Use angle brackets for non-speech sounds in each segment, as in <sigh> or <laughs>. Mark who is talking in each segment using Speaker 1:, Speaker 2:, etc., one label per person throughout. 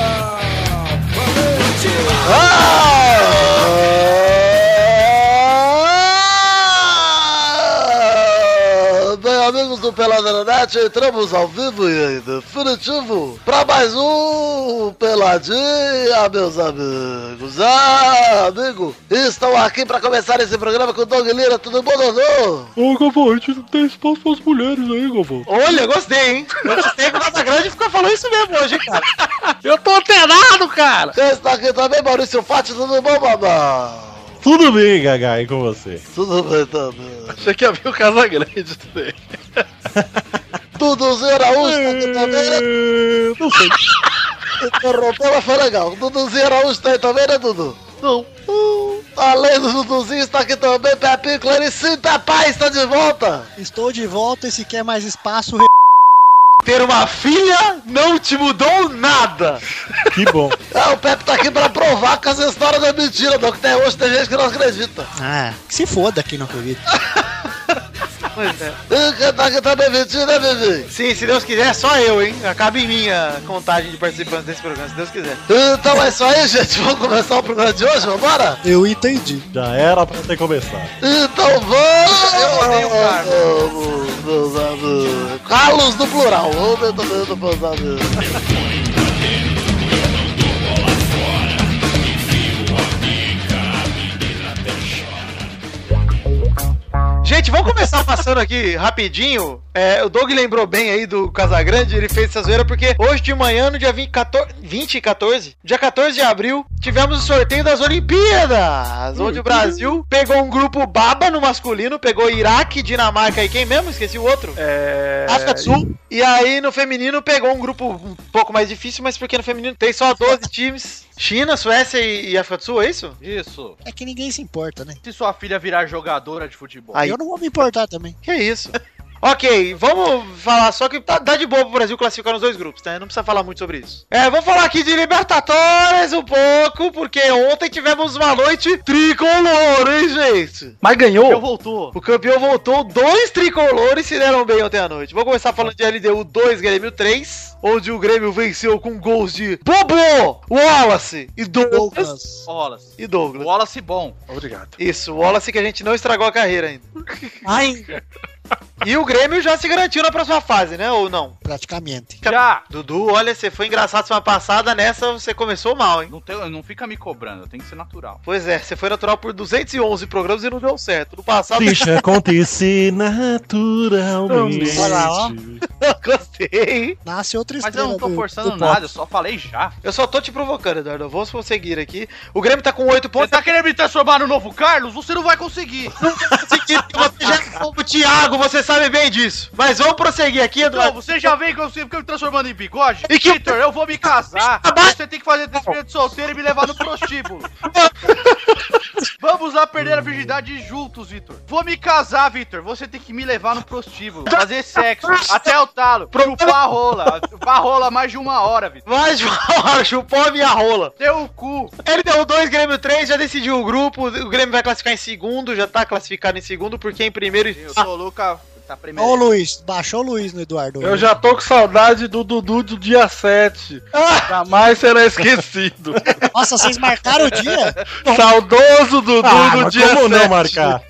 Speaker 1: Está valente!
Speaker 2: Ah! Bem, amigos do Peladranet, entramos ao vivo e em definitivo para mais um Peladinha, meus amigos. Ah, amigo, estão aqui para começar esse programa com o Doug Lira, tudo bom, Dodô?
Speaker 3: Ô, Galvão, a gente não tem espaço para as mulheres aí, Galvão.
Speaker 4: Olha, gostei, hein? Gostei que o Casa Grande ficou falando isso mesmo hoje, hein, cara. Eu tô alterado, cara.
Speaker 2: Quem está aqui também, Maurício Fati, tudo bom, babá?
Speaker 3: Tudo bem, Gagai, com você?
Speaker 2: Tudo é. bem também.
Speaker 4: Achei que havia o Casa Grande
Speaker 2: <laughs>
Speaker 4: também.
Speaker 2: Duduzinho Araújo tá aqui também, né?
Speaker 3: Eh, É, Não sei.
Speaker 2: Interrompeu, mas foi legal. O Duduzinho Araújo tá aí também, né, Dudu?
Speaker 4: Não.
Speaker 2: Uh, Além do Duduzinho, está aqui também Pepinho Claricinta Papai está tá de volta!
Speaker 5: Estou de volta e se quer mais espaço,
Speaker 4: Ter uma filha não te mudou nada.
Speaker 3: Que bom.
Speaker 2: Ah, o Pepe tá aqui pra provar que essa história não é mentira, não, que até hoje tem gente que não acredita.
Speaker 5: Ah, que se foda quem não acredita.
Speaker 2: E quem tá aqui também mentindo, né, Vivi?
Speaker 4: é. Sim, se Deus quiser, só eu, hein? Acaba em mim a contagem de participantes desse programa, se Deus quiser.
Speaker 2: Então é isso aí, gente. Vamos começar o programa de hoje, vambora?
Speaker 5: Eu entendi.
Speaker 3: Já era pra ter <laughs> começado.
Speaker 2: Então vamos!
Speaker 4: Eu odeio o Carlos.
Speaker 2: Vamos, meus amigos. Carlos do plural. Vamos ver também do meus amigos.
Speaker 4: Gente, vamos começar passando aqui rapidinho. É, o Doug lembrou bem aí do Casagrande, ele fez essa zoeira porque hoje de manhã, no dia 20, 14, 20 e 14, dia 14 de abril, tivemos o sorteio das Olimpíadas, onde o Brasil pegou um grupo baba no masculino, pegou Iraque, Dinamarca e quem mesmo? Esqueci o outro. É...
Speaker 5: África do Sul.
Speaker 4: E aí no feminino pegou um grupo um pouco mais difícil, mas porque no feminino tem só 12 times. China, Suécia e, e África do Sul, é isso?
Speaker 6: Isso.
Speaker 5: É que ninguém se importa, né?
Speaker 6: Se sua filha virar jogadora de futebol.
Speaker 4: Aí
Speaker 5: Eu não vou me importar também.
Speaker 4: Que isso? <laughs> Ok, vamos falar só que tá, tá de boa pro Brasil classificar nos dois grupos, né? Não precisa falar muito sobre isso. É, vamos falar aqui de Libertadores um pouco, porque ontem tivemos uma noite tricolor, hein, gente? Mas
Speaker 6: Eu
Speaker 4: ganhou!
Speaker 6: voltou.
Speaker 4: O campeão voltou, dois tricolores se deram bem ontem à noite. Vou começar falando de LDU 2, Grêmio 3, onde o Grêmio venceu com gols de Bobo, Wallace e Douglas.
Speaker 5: Poucas.
Speaker 6: Wallace.
Speaker 4: E Douglas.
Speaker 6: Wallace bom.
Speaker 4: Obrigado. Isso, Wallace que a gente não estragou a carreira ainda.
Speaker 5: Ai,
Speaker 4: E o Grêmio já se garantiu na próxima fase, né? Ou não?
Speaker 5: praticamente.
Speaker 6: Já.
Speaker 4: Dudu, olha, você foi engraçado semana passada, nessa você começou mal, hein?
Speaker 6: Não, tem, Então, não fica me cobrando, tem que ser natural.
Speaker 4: Pois é, você foi natural por 211 programas e não deu certo. No passado,
Speaker 3: Deixa acontecer naturalmente.
Speaker 5: Olha lá, ó.
Speaker 4: gostei.
Speaker 5: Nasce outra
Speaker 6: Mas
Speaker 5: estrela.
Speaker 6: eu não tô
Speaker 5: do-
Speaker 6: forçando
Speaker 5: do
Speaker 6: nada,
Speaker 5: pop.
Speaker 6: eu só falei já.
Speaker 4: Eu só tô te provocando, Eduardo. Vamos conseguir aqui. O Grêmio tá com 8
Speaker 6: Você
Speaker 4: pontos.
Speaker 6: tá querendo me transformar no novo Carlos? Você não vai
Speaker 4: <laughs>
Speaker 6: conseguir.
Speaker 4: Conseguir, tá porque Você já é como o Thiago, você sabe bem disso. Mas vamos prosseguir aqui,
Speaker 6: Não,
Speaker 4: Eduardo.
Speaker 6: você já vem que eu fica me transformando em bigode?
Speaker 4: E que- Tá
Speaker 6: Vitor, eu vou me casar.
Speaker 4: Abaixo-
Speaker 6: Você tem que fazer despedida de solteiro e me levar
Speaker 4: <laughs>
Speaker 6: no prostíbulo. Vamos lá perder a virgindade juntos, Vitor. Vou me casar, Vitor. Você tem que me levar no prostíbulo.
Speaker 7: <laughs>
Speaker 6: Fazer sexo. Até o talo. Chupar a rola. Chupar a rola mais de uma hora, Vitor.
Speaker 4: Vai, <laughs> João, chupou a é minha rola.
Speaker 6: Teu cu.
Speaker 4: Ele deu 2, Grêmio 3, já decidiu o grupo. O Grêmio vai classificar em segundo, já tá classificado em segundo, porque em primeiro
Speaker 6: Eu sou o Luca. Tá
Speaker 5: Ó o
Speaker 6: primeiro.
Speaker 5: Luiz, baixou o Luiz no Eduardo.
Speaker 7: Eu já tô com saudade do Dudu do dia 7. Jamais será esquecido.
Speaker 5: Ah! <laughs> Nossa, vocês marcaram o dia?
Speaker 7: Saudoso Dudu
Speaker 3: Ah,
Speaker 7: do
Speaker 3: mas
Speaker 7: dia
Speaker 3: como
Speaker 7: 7.
Speaker 3: não marcar?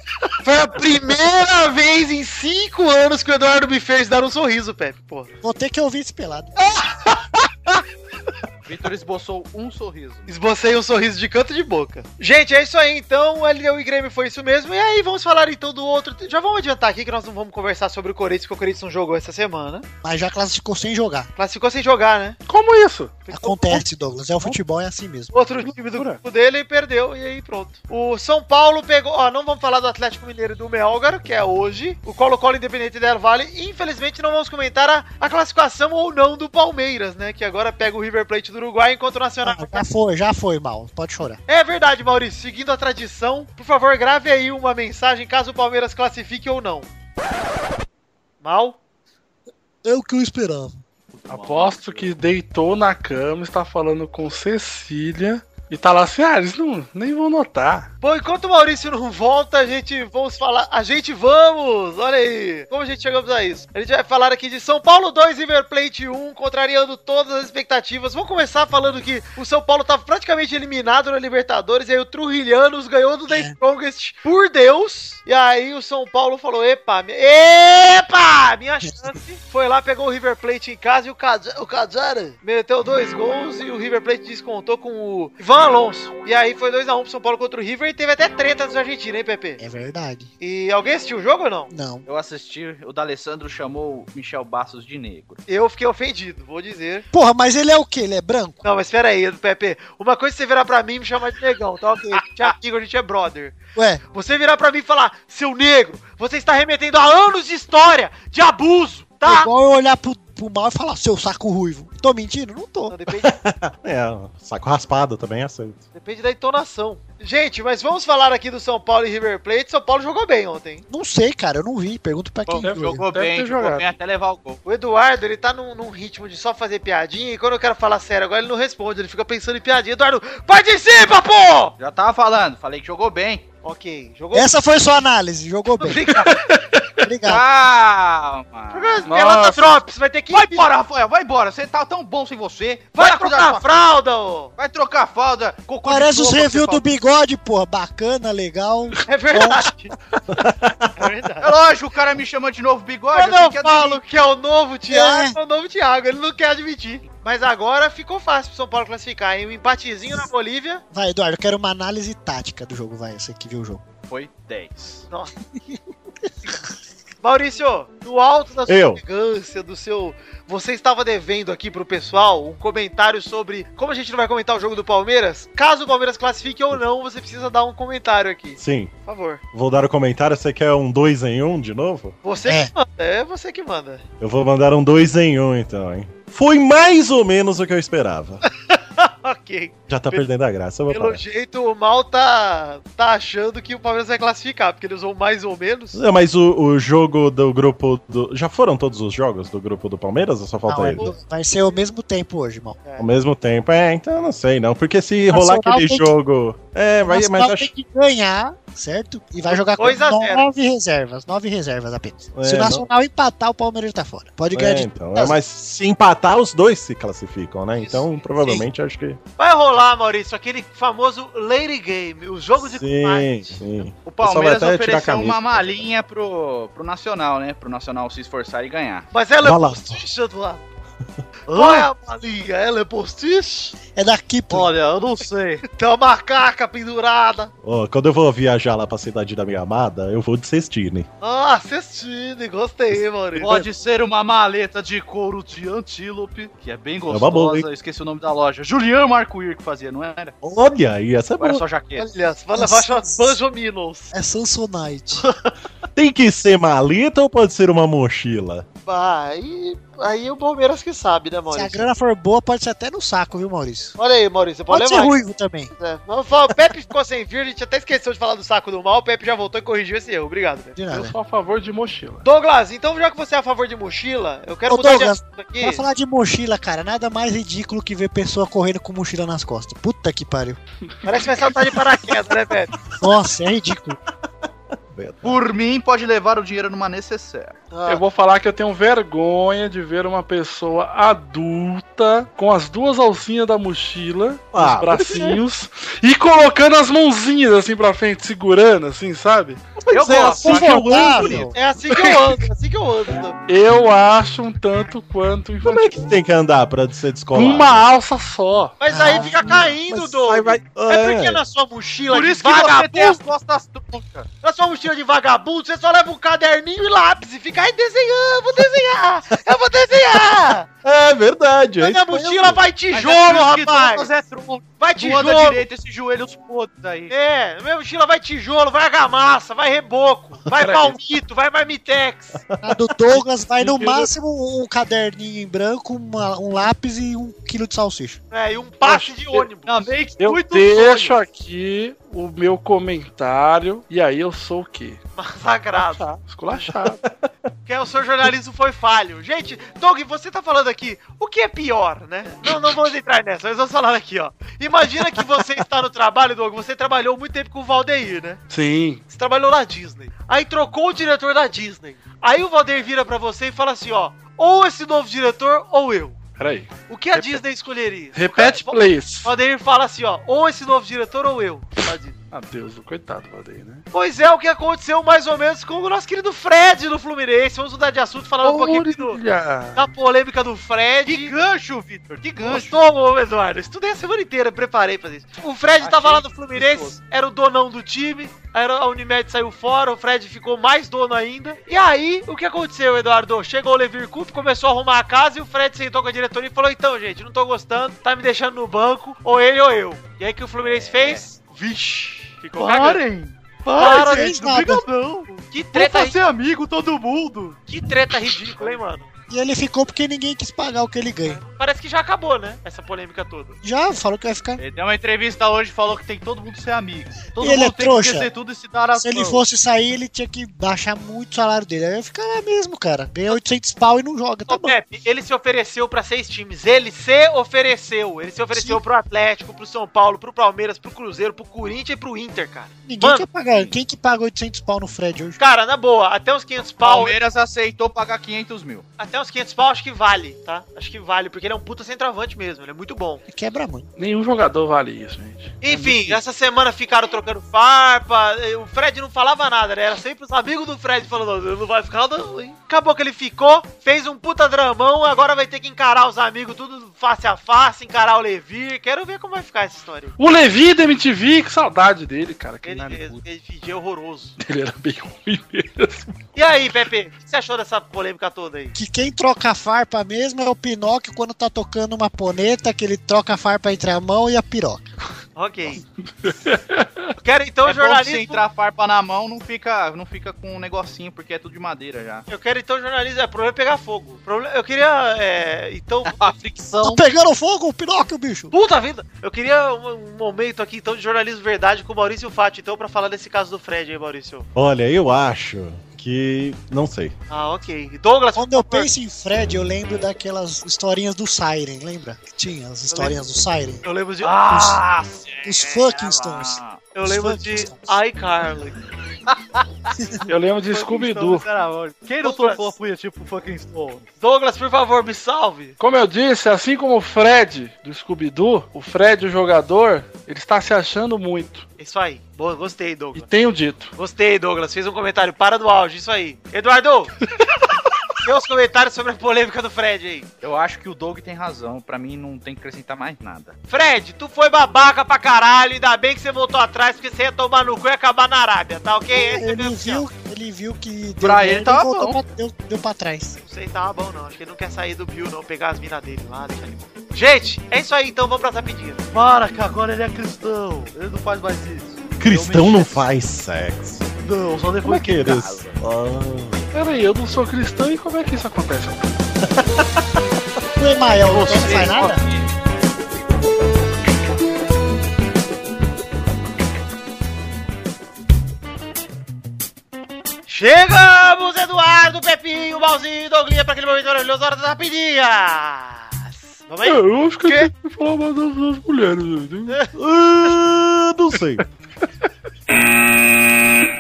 Speaker 4: Foi a primeira vez em cinco anos que o Eduardo me fez dar um sorriso, Pepe, pô.
Speaker 5: Vou ter que ouvir esse pelado.
Speaker 6: Vitor esboçou um sorriso.
Speaker 4: Esbocei um sorriso de canto de boca. Gente, é isso aí então. LDU e Grêmio foi isso mesmo. E aí vamos falar então do outro. Já vamos adiantar aqui que nós não vamos conversar sobre o Corinthians, porque o Corinthians não jogou essa semana.
Speaker 5: Mas já classificou sem jogar.
Speaker 4: Classificou sem jogar, né?
Speaker 7: Como isso?
Speaker 5: Acontece, Douglas. É o futebol, é assim mesmo.
Speaker 4: Outro time do grupo dele e perdeu, e aí pronto. O São Paulo pegou. Ó, não vamos falar do Atlético Mineiro e do Melgar, que é hoje. O Colo-Colo Independente Del Vale. E, infelizmente, não vamos comentar a, a classificação ou não do Palmeiras, né? Que agora pega o River Plate do Uruguai enquanto o Nacional.
Speaker 5: Ah, já foi, já foi mal. Pode chorar.
Speaker 4: É verdade, Maurício. Seguindo a tradição, por favor, grave aí uma mensagem caso o Palmeiras classifique ou não. Mal?
Speaker 5: É o que eu esperava.
Speaker 7: Aposto que deitou na cama, está falando com Cecília E tá lá assim, ah, eles não, nem vão notar.
Speaker 4: Bom, enquanto o Maurício não volta, a gente vamos falar. A gente vamos! Olha aí! Como a gente chegamos a isso? A gente vai falar aqui de São Paulo 2, River Plate 1, contrariando todas as expectativas. Vamos começar falando que o São Paulo tava praticamente eliminado na Libertadores, e aí o Trujilhanos ganhou do The Strongest por Deus. E aí o São Paulo falou: epa, minha... epa! Minha chance! Foi lá, pegou o River Plate em casa e o Caj- o Cajara meteu dois gols e o River Plate descontou com o Ivan Alonso. E aí foi 2x1 pro São Paulo contra o River e teve até treta dos argentinos, hein, Pepe?
Speaker 5: É verdade.
Speaker 4: E alguém assistiu o jogo ou não?
Speaker 5: Não.
Speaker 6: Eu assisti, o D'Alessandro chamou o Michel Bastos de negro.
Speaker 4: Eu fiquei ofendido, vou dizer.
Speaker 5: Porra, mas ele é o quê? Ele é branco?
Speaker 4: Não, mas espera aí, Pepe. Uma coisa é você virar pra mim e me chamar de negão, tá ok? A gente é amigo, a gente é brother.
Speaker 5: Ué,
Speaker 4: Você virar pra mim e falar, seu negro, você está remetendo a anos de história de abuso,
Speaker 5: é
Speaker 4: tá?
Speaker 5: igual eu olhar pro, pro mal e falar, seu saco ruivo. Tô mentindo? Não tô.
Speaker 4: Não, depende, <laughs>
Speaker 3: É, saco raspado também aceito.
Speaker 4: depende da entonação. Gente, mas vamos falar aqui do São Paulo e River Plate. São Paulo jogou bem ontem.
Speaker 5: Não sei, cara, eu não vi. Pergunta pra quem
Speaker 7: Bom,
Speaker 5: viu.
Speaker 6: Jogou
Speaker 7: Deve
Speaker 6: bem,
Speaker 7: ter
Speaker 6: jogou
Speaker 7: jogado.
Speaker 6: bem até levar o gol.
Speaker 4: O Eduardo, ele tá num, num ritmo de só fazer piadinha e quando eu quero falar sério agora ele não responde, ele fica pensando em piadinha. Eduardo, participa, pô!
Speaker 6: Já tava falando, falei que jogou bem.
Speaker 4: Ok, jogou
Speaker 5: Essa foi sua análise, jogou bem.
Speaker 4: Obrigado.
Speaker 7: É.
Speaker 6: Ah,
Speaker 5: Obrigado.
Speaker 6: Calma.
Speaker 4: Pelota Drops, vai ter que
Speaker 6: Vai embora, Rafael, vai embora. Você tá tão bom sem você.
Speaker 4: Vai
Speaker 6: Para
Speaker 4: trocar
Speaker 6: cuidar da
Speaker 4: a
Speaker 6: sua-
Speaker 4: fralda, ô!
Speaker 6: Vai trocar a falda. cocô de
Speaker 5: Parece os
Speaker 6: sopa,
Speaker 5: reviews
Speaker 6: você
Speaker 5: do bigode, porra. Bacana, legal.
Speaker 4: É verdade. é
Speaker 6: fala. É
Speaker 4: verdade.
Speaker 6: lógico, o cara me chama de novo bigode.
Speaker 4: Quando
Speaker 6: assim
Speaker 4: eu
Speaker 6: que é
Speaker 4: falo
Speaker 6: do-
Speaker 4: que é o novo Thiago, é o novo Thiago, ele não quer admitir. Mas agora ficou fácil pro São Paulo classificar, hein? Um empatezinho na Bolívia.
Speaker 5: Vai, Eduardo, eu quero uma análise tática do jogo, vai. Você que viu o jogo.
Speaker 6: Foi 10.
Speaker 4: Maurício, no alto da sua
Speaker 3: Eu.
Speaker 4: elegância, do seu. Você estava devendo aqui pro pessoal um comentário sobre como a gente não vai comentar o jogo do Palmeiras. Caso o Palmeiras classifique ou não, você precisa dar um comentário aqui.
Speaker 3: Sim.
Speaker 4: Por favor.
Speaker 3: Vou dar o comentário. Você quer um 2 em 1 um de novo?
Speaker 4: Você
Speaker 5: É.
Speaker 4: que manda, é você que manda. <laughs>
Speaker 3: Eu vou mandar um 2 em 1 um, então, hein? Foi mais ou menos o que eu esperava.
Speaker 4: ok.
Speaker 3: Já tá perdendo a graça, eu vou
Speaker 4: Pelo
Speaker 3: parar.
Speaker 4: jeito, o Mal tá, tá achando que o Palmeiras vai classificar, porque ele usou mais ou menos.
Speaker 3: É, mas o, o jogo do grupo do. Já foram todos os jogos do grupo do Palmeiras ou só falta
Speaker 5: Não,
Speaker 3: ele?
Speaker 5: é- vai ser ao mesmo tempo hoje, irmão.
Speaker 3: Ao mesmo tempo. É, então eu não sei não. Porque se rolar
Speaker 5: Nacional
Speaker 3: aquele
Speaker 5: tem que-
Speaker 3: jogo. É, vai,
Speaker 5: Mas,
Speaker 3: mas
Speaker 5: Nacional
Speaker 3: acho.
Speaker 5: tem que ganhar, certo? E vai jogar com
Speaker 4: 2 a 0.
Speaker 5: nove reservas. Nove reservas apenas.
Speaker 3: É,
Speaker 5: Se o Nacional empatar, o Palmeiras tá fora. Pode ganhar
Speaker 3: É,
Speaker 5: de
Speaker 3: então, é, mas se empatar, os dois se classificam, né?
Speaker 4: Isso.
Speaker 3: Então, provavelmente, acho que.
Speaker 4: Vai rolar, Maurício, aquele famoso Lady Game, o jogo de
Speaker 3: Sim,
Speaker 4: combate.
Speaker 3: sim.
Speaker 6: O Palmeiras
Speaker 3: Só vai até tirar a
Speaker 6: ofereceu
Speaker 3: camisa.
Speaker 6: uma malinha pro, pro Nacional, né? Pro Nacional se esforçar e ganhar.
Speaker 4: Mas ela é
Speaker 3: Vai lá.
Speaker 4: postiça,
Speaker 3: <laughs>
Speaker 4: Eduardo. Qual é a malinha? Ela é postiça?
Speaker 5: É daqui, pô.
Speaker 4: Olha, eu não sei. Tem uma macaca pendurada.
Speaker 3: Ó, quando eu vou viajar lá pra cidade da minha amada, eu vou né? de Cestine.
Speaker 4: Ah, assistindo, gostei, Maurício.
Speaker 6: Pode ser uma maleta de couro de antílope, que é bem
Speaker 3: uma
Speaker 6: gostosa.
Speaker 3: boa, hein?
Speaker 6: eu esqueci o nome da loja. Juliano Marcoir que fazia, não era?
Speaker 3: Olha aí, essa é
Speaker 6: Agora é
Speaker 3: boa.
Speaker 6: só jaqueta.
Speaker 4: Olha, vai levar suas Banjo Minos.
Speaker 5: É
Speaker 4: <laughs>
Speaker 5: Samsonite.
Speaker 3: Tem que ser maleta ou pode ser uma mochila?
Speaker 4: Ah, aí, aí é o Palmeiras que sabe, né,
Speaker 5: Se a
Speaker 4: Maurício?
Speaker 5: grana for boa, pode ser até no saco, viu, Maurício?
Speaker 4: Olha aí, Maurício,
Speaker 5: Pode,
Speaker 4: pode,
Speaker 5: ser
Speaker 4: levar.
Speaker 5: ruivo também.
Speaker 4: É, vamos falar, o Pepe ficou sem vir, a gente até esqueceu de falar do saco do mal, o Pepe já voltou e corrigiu esse erro. Obrigado, Pepe.
Speaker 5: De
Speaker 7: Eu
Speaker 5: nada.
Speaker 7: sou a favor de mochila.
Speaker 4: Douglas, então já que você é a favor de mochila, eu quero
Speaker 5: Ô,
Speaker 4: mudar
Speaker 5: Douglas,
Speaker 4: de assunto
Speaker 5: Pra
Speaker 4: aqui.
Speaker 5: falar de mochila, cara, nada mais ridículo que ver pessoa correndo com mochila nas costas. Puta que pariu.
Speaker 4: Parece que vai saltar de paraquedas, né, Pepe?
Speaker 5: Nossa, é
Speaker 4: <laughs>
Speaker 5: ridículo.
Speaker 6: Por mim, pode levar o dinheiro numa necessaire.
Speaker 4: Ah,
Speaker 7: Eu vou falar que eu tenho vergonha de ver uma pessoa adulta com as duas alcinhas da mochila,
Speaker 3: Ah,
Speaker 7: os bracinhos, e colocando as mãozinhas assim pra frente, segurando, assim, sabe?
Speaker 6: Eu gosto.
Speaker 3: assim que eu ando.
Speaker 5: Confortável.
Speaker 4: É assim que eu ando, é assim que eu ando. Douglas.
Speaker 7: Eu acho um tanto quanto
Speaker 3: Como
Speaker 7: infantil.
Speaker 3: é que tem que andar pra ser descolado?
Speaker 7: Uma alça só.
Speaker 4: Mas aí fica caindo,
Speaker 3: Aí
Speaker 4: Douglas.
Speaker 3: vai...
Speaker 4: É porque
Speaker 3: É.
Speaker 4: na sua mochila
Speaker 6: Por
Speaker 4: de
Speaker 6: isso que você tem as
Speaker 4: vagabundo,
Speaker 6: costas truncas.
Speaker 4: na sua mochila um de vagabundo, você só leva um caderninho e lápis e fica aí desenhando, eu vou desenhar, eu
Speaker 7: <laughs>
Speaker 4: vou desenhar.
Speaker 3: é verdade.
Speaker 4: Na
Speaker 3: é
Speaker 4: minha
Speaker 3: isso mesmo.
Speaker 4: mochila vai tijolo, rapaz.
Speaker 6: é trunco.
Speaker 4: Vai
Speaker 6: Tu anda
Speaker 4: tijolo.
Speaker 6: direito, esses joelhos podres aí.
Speaker 4: É, na minha mochila vai tijolo, vai argamassa, vai reboco, vai
Speaker 7: Peraí.
Speaker 4: palmito, vai marmitex.
Speaker 5: A do Douglas vai no máximo um caderninho em branco, uma- um lápis e um quilo de salsicha.
Speaker 4: né, É, e um passe de ônibus.
Speaker 6: Não, meio que
Speaker 7: Eu
Speaker 6: muito
Speaker 7: deixo aqui o meu comentário e aí eu sou o quê?
Speaker 4: <laughs> Massacrado.
Speaker 7: Tá. <laughs> Esculachado.
Speaker 4: Porque o seu jornalismo foi falho. Gente, Doug, você tá falando aqui, o que é pior, né? Não, não vamos entrar nessa, mas vamos falar aqui, ó. Imagina que você está no trabalho, Doug, você trabalhou muito tempo com o Valdeir, né?
Speaker 7: Sim.
Speaker 4: Você trabalhou na Disney. Aí trocou o diretor da Disney. Aí o Valdeir vira pra você e fala assim, ó, ou esse novo diretor ou eu.
Speaker 7: Peraí.
Speaker 4: O que a Disney escolheria?
Speaker 7: Repete,
Speaker 4: O cara-
Speaker 7: please.
Speaker 4: O Valdeir fala assim, ó, ou esse novo diretor ou eu. da Disney.
Speaker 7: Ah, Deus, do coitado, Valdeir, né?
Speaker 4: Pois é, o que aconteceu mais ou menos com o nosso querido Fred do Fluminense. Vamos mudar de assunto, falar um pouquinho aqui do,
Speaker 7: Olha!
Speaker 4: da polêmica do
Speaker 6: Que
Speaker 4: Fred.
Speaker 6: gancho, Vitor, que gancho.
Speaker 4: Gostou, Eduardo? Estudei a semana inteira, preparei pra isso. O Fred tava
Speaker 6: Achei
Speaker 4: lá no Fluminense, era o donão do time, era a Unimed saiu fora, o Fred ficou mais dono ainda. E aí, o que aconteceu, Eduardo? Chegou o Levir Cup, começou a arrumar a casa e o Fred sentou com a diretoria e falou: então, gente, não tô gostando, tá me deixando no banco, ou ele ou eu. E aí o que o Fluminense fez?
Speaker 6: É. Vixe, ficou cagando.
Speaker 4: Parem!
Speaker 6: Para,
Speaker 5: Parem,
Speaker 6: gente, não briga
Speaker 5: nada.
Speaker 6: não.
Speaker 4: Que
Speaker 6: Treta
Speaker 4: treta,
Speaker 6: Vamos fazer amigo todo mundo.
Speaker 4: que treta ridícula, hein, mano?
Speaker 5: E ele ficou porque ninguém quis pagar o que ele ganha.
Speaker 4: Parece que já acabou, né? Essa polêmica toda.
Speaker 5: Já falou que vai ficar.
Speaker 6: Ele deu uma entrevista hoje e falou que tem que todo mundo ser amigo. Todo
Speaker 5: Ele
Speaker 6: mundo
Speaker 5: é
Speaker 6: tem
Speaker 5: trouxa.
Speaker 6: que esquecer tudo e se dar
Speaker 4: Tá
Speaker 6: as
Speaker 5: Se ele
Speaker 6: mãos.
Speaker 5: fosse sair, ele tinha que baixar muito o salário dele. Aí eu ficava mesmo, cara. Ganha 800 pau e não joga, tá
Speaker 4: Ô,
Speaker 5: bom.
Speaker 4: Pepe, ele se ofereceu pra seis times. Ele se ofereceu. Ele se ofereceu pro Atlético, pro São Paulo, pro Palmeiras, pro Cruzeiro, pro Corinthians e pro Inter, cara.
Speaker 5: Ninguém
Speaker 4: mano,
Speaker 5: quer pagar. Quem que paga 800 pau no Fred hoje?
Speaker 4: Cara, na boa, até uns 500 pau,
Speaker 6: Palmeiras aceitou pagar 500 mil.
Speaker 4: até uns 500 pau acho que vale, tá? Acho que vale, porque ele é um puta centroavante mesmo, ele é muito bom.
Speaker 5: Quebra muito.
Speaker 7: Nenhum jogador vale isso, gente.
Speaker 4: Enfim, essa semana ficaram trocando farpa, eh, o Fred não falava nada, né? Era sempre os amigos do Fred falando, não, não vai ficar não, hein? Acabou que ele ficou, fez um puta dramão, agora vai ter que encarar os amigos tudo face a face, encarar o Levir, quero ver como vai ficar essa história. aí.
Speaker 7: O Levi da MTV, que saudade dele, cara. Que
Speaker 4: Ele,
Speaker 7: nada
Speaker 4: ele,
Speaker 7: puto.
Speaker 4: ele fingia horroroso.
Speaker 7: <laughs> ele era bem ruim mesmo.
Speaker 4: E aí, Pepe, o que você achou dessa polêmica toda aí?
Speaker 5: Que quem troca a farpa mesmo é o Pinóquio quando tá tocando uma poneta, que ele troca a farpa entre a mão e a piroca.
Speaker 4: Ok. Eu quero então
Speaker 6: é bom que você
Speaker 4: jornalismo.
Speaker 6: entrar a farpa na mão, não fica, não fica com um negocinho, porque é tudo de madeira já.
Speaker 4: Eu quero então jornalismo. É, o problema é pegar fogo. O Problema... Eu queria. É... Então. A fricção.
Speaker 5: Tá pegando fogo o Pinóquio, bicho?
Speaker 4: Puta vida! Eu queria um, um momento aqui, então, de jornalismo verdade com o Maurício Fátio, então, pra falar desse caso do Fred aí, Maurício.
Speaker 3: Olha, eu acho que. Não sei.
Speaker 4: Ah, ok. Douglas,
Speaker 5: Quando eu penso em Fred, eu lembro daquelas historinhas do Siren, lembra? Que tinha as historinhas do Siren.
Speaker 4: eu lembro de.
Speaker 6: Ah,
Speaker 5: Os fucking Stones.
Speaker 4: eu lembro de iCarly.
Speaker 7: Eu lembro de Scooby-Doo.
Speaker 6: Quem não
Speaker 4: Douglas.
Speaker 6: tocou a punha tipo fucking Stone?
Speaker 4: Douglas, por favor, me salve.
Speaker 7: Como eu disse, assim como o Fred do Scooby-Doo, o Fred, o jogador, ele está se achando muito.
Speaker 4: Isso aí. Boa, gostei,
Speaker 7: E
Speaker 4: Douglas.
Speaker 7: tenho dito.
Speaker 4: Gostei, Douglas. Fez um comentário. Para do auge, isso aí.
Speaker 7: <laughs>
Speaker 4: Eduardo! Seus comentários sobre a polêmica do Fred aí.
Speaker 6: Eu acho que o Doug tem razão, pra mim não tem que acrescentar mais nada.
Speaker 4: Fred, tu foi babaca pra caralho, ainda bem que você voltou atrás, porque você ia tomar no cu e acabar na Arábia, tá ok? Esse é
Speaker 5: Ele
Speaker 4: meu
Speaker 5: viu, ele viu que deu,
Speaker 6: Pra ele
Speaker 5: merda e
Speaker 6: tava
Speaker 5: voltou
Speaker 6: bom.
Speaker 5: pra- deu, deu pra trás.
Speaker 4: Não sei, tava tá bom não. Acho que ele não quer sair do Bill, não. Pegar as minas dele lá, deixa ele. Gente, é isso aí então, vamos pras rapidinhas.
Speaker 6: Para, que agora ele é cristão. Ele não faz mais isso. é um
Speaker 3: Cristão não
Speaker 2: assim.
Speaker 3: faz sexo.
Speaker 6: Não, só
Speaker 3: Como é que
Speaker 6: de
Speaker 3: eles.
Speaker 6: casa.
Speaker 3: Ah,
Speaker 7: Peraí, eu não sou cristão e como é que isso acontece?
Speaker 5: O Emael não faz nada?
Speaker 4: Chegamos, Eduardo, Pepinho, Malzinho, Douglinha, pra aquele momento maravilhoso, hora das rapidinhas. Vamos aí?
Speaker 7: Eu acho que eu tenho que falar mais das, das mulheres. né?
Speaker 3: ah, não sei.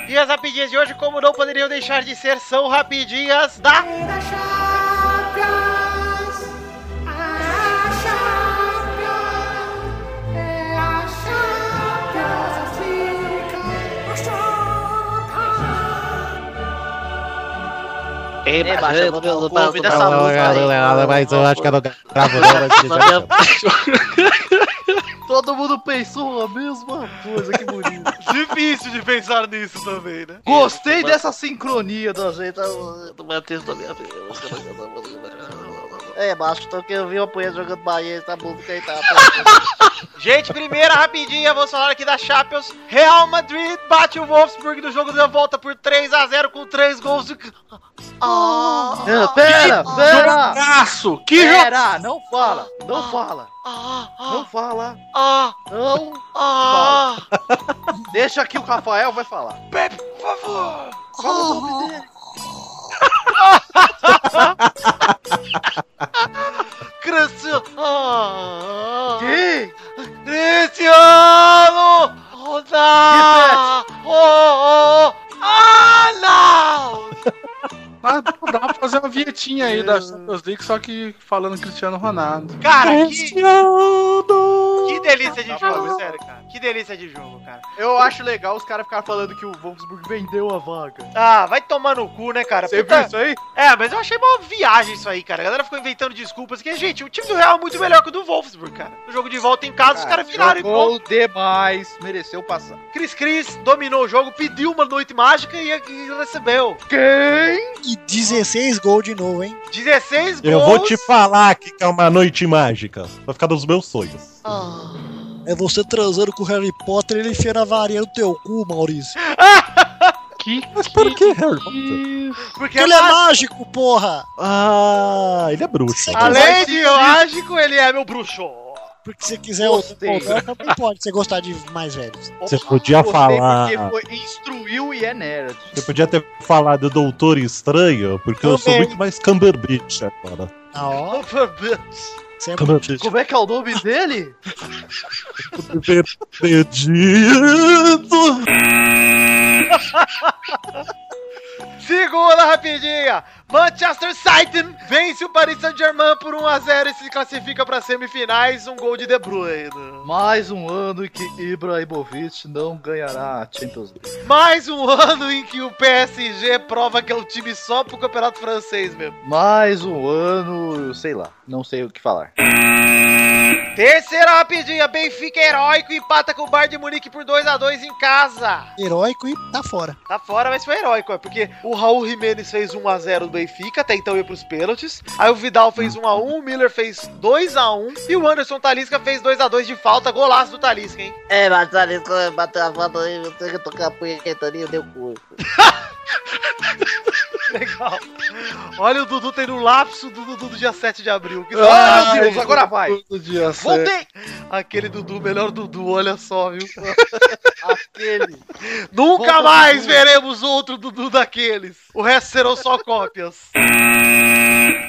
Speaker 4: E as rapidinhas de hoje, como não poderiam deixar de ser, são rapidinhas da...
Speaker 8: Champions, a Champions, é a Champions, a Champions, a Champions.
Speaker 2: Ei,
Speaker 4: Baixando meu cu, me dá essa música aí.
Speaker 2: mas eu acho que é eu não gravo não.
Speaker 6: Todo mundo pensou a mesma coisa, que bonito.
Speaker 4: É Difícil de pensar nisso também, né?
Speaker 6: Gostei dessa sincronia da gente.
Speaker 2: Do Matheus da minha vida. É, macho, então que eu vi uma punha jogando Bahia, essa música aí tá.
Speaker 4: <laughs> Gente, primeira rapidinha, vamos falar aqui da Champions. Real Madrid bate o Wolfsburg no jogo da volta por 3 a 0 com 3 gols do... Ah,
Speaker 6: Pera, pera,
Speaker 7: Jogaço! Que jogo!
Speaker 6: pera, não fala, não fala,
Speaker 4: ah, ah,
Speaker 6: não fala,
Speaker 4: ah,
Speaker 6: não.
Speaker 4: ah,
Speaker 6: Deixa aqui o Rafael vai falar.
Speaker 4: Cristiano!
Speaker 6: Que?
Speaker 4: Ah. Cristiano! Ronaldo! Oh, oh, ah, não! É.
Speaker 7: Mas dá pra fazer uma vietinha aí da Champions League, só que falando Cristiano Ronaldo.
Speaker 4: Cara, que, que delícia de jogo, Tá sério, cara. Que delícia de jogo, cara.
Speaker 6: Eu acho legal os caras ficarem falando que o Wolfsburg vendeu a vaga.
Speaker 4: Ah, vai tomar no cu, né, cara?
Speaker 6: Você
Speaker 4: Puta-
Speaker 6: viu isso aí?
Speaker 4: É, mas eu achei uma viagem isso aí, cara. A galera ficou inventando desculpas. Que, gente, o time do Real é muito melhor que o do Wolfsburg, cara. O jogo de volta em casa, os caras viraram e
Speaker 6: Jogou demais, mereceu passar.
Speaker 4: Cris Cris dominou o jogo, pediu uma noite mágica e, e recebeu.
Speaker 6: Quem?
Speaker 5: E 16 gols de novo, hein?
Speaker 4: 16 gols.
Speaker 3: Eu vou te falar que é uma noite mágica. Vai ficar dos meus sonhos.
Speaker 5: É você transando com o Harry Potter ele enfia a varinha no teu cu, Maurício.
Speaker 7: Que
Speaker 3: Mas por que Harry Potter?
Speaker 4: Porque
Speaker 5: Ele é mágico, porra!
Speaker 3: Ah, ele é bruxo.
Speaker 5: Ah,
Speaker 4: além de mágico, ele é meu bruxo.
Speaker 5: Porque se quiser outro
Speaker 6: Gostei.
Speaker 5: poder, também pode você gostar de mais velhos.
Speaker 3: Você podia
Speaker 6: Gostei
Speaker 3: falar.
Speaker 6: Porque foi, instruiu e é nerd.
Speaker 3: Você podia ter falado Doutor Estranho, porque eu sou
Speaker 5: Também.
Speaker 3: muito mais Cumberbatch agora.
Speaker 5: Ah, ó, você
Speaker 3: <laughs>
Speaker 5: é
Speaker 3: Cumberbatch.
Speaker 6: Como é que é o nome dele?
Speaker 3: é Perdido!
Speaker 4: Segunda rapidinha. Manchester City vence o Paris Saint-Germain por 1x0 e se classifica para semifinais. Um gol de De Bruyne.
Speaker 6: Mais um ano em que Ibrahimovic não ganhará a Champions League.
Speaker 4: Mais um <laughs> ano em que o PSG prova que é um time só pro campeonato francês mesmo.
Speaker 6: Mais um ano, sei lá, não sei o que falar.
Speaker 4: Terceira rapidinha, Benfica é heróico empata com o Bayern de Munique por 2x2 em casa.
Speaker 5: heróico e tá fora.
Speaker 4: Tá fora, mas foi heróico, é porque o Raul Jimenez fez 1x0 do Benfica, até então ia pros pênaltis. Aí o Vidal fez 1x1, o Miller fez 2x1 e o Anderson Talisca fez 2x2 de falta, golaço do Talisca, hein?
Speaker 9: É, mas olha, quando bateu a foto aí, eu tenho que tocar a punheta ali, deu cu.
Speaker 4: <laughs> Legal. Olha o Dudu tendo um lapso do Dudu do dia 7 de abril. Que
Speaker 6: Ai,
Speaker 4: Ah, Meu Deus, agora vai.
Speaker 7: Todo dia certo.
Speaker 4: Voltei! Aquele Dudu, melhor Dudu, olha só,
Speaker 6: <laughs>
Speaker 4: viu? Aquele. Nunca
Speaker 6: Volta,
Speaker 4: mais
Speaker 6: Dudu.
Speaker 4: veremos outro Dudu daqueles. O resto serão só cópias.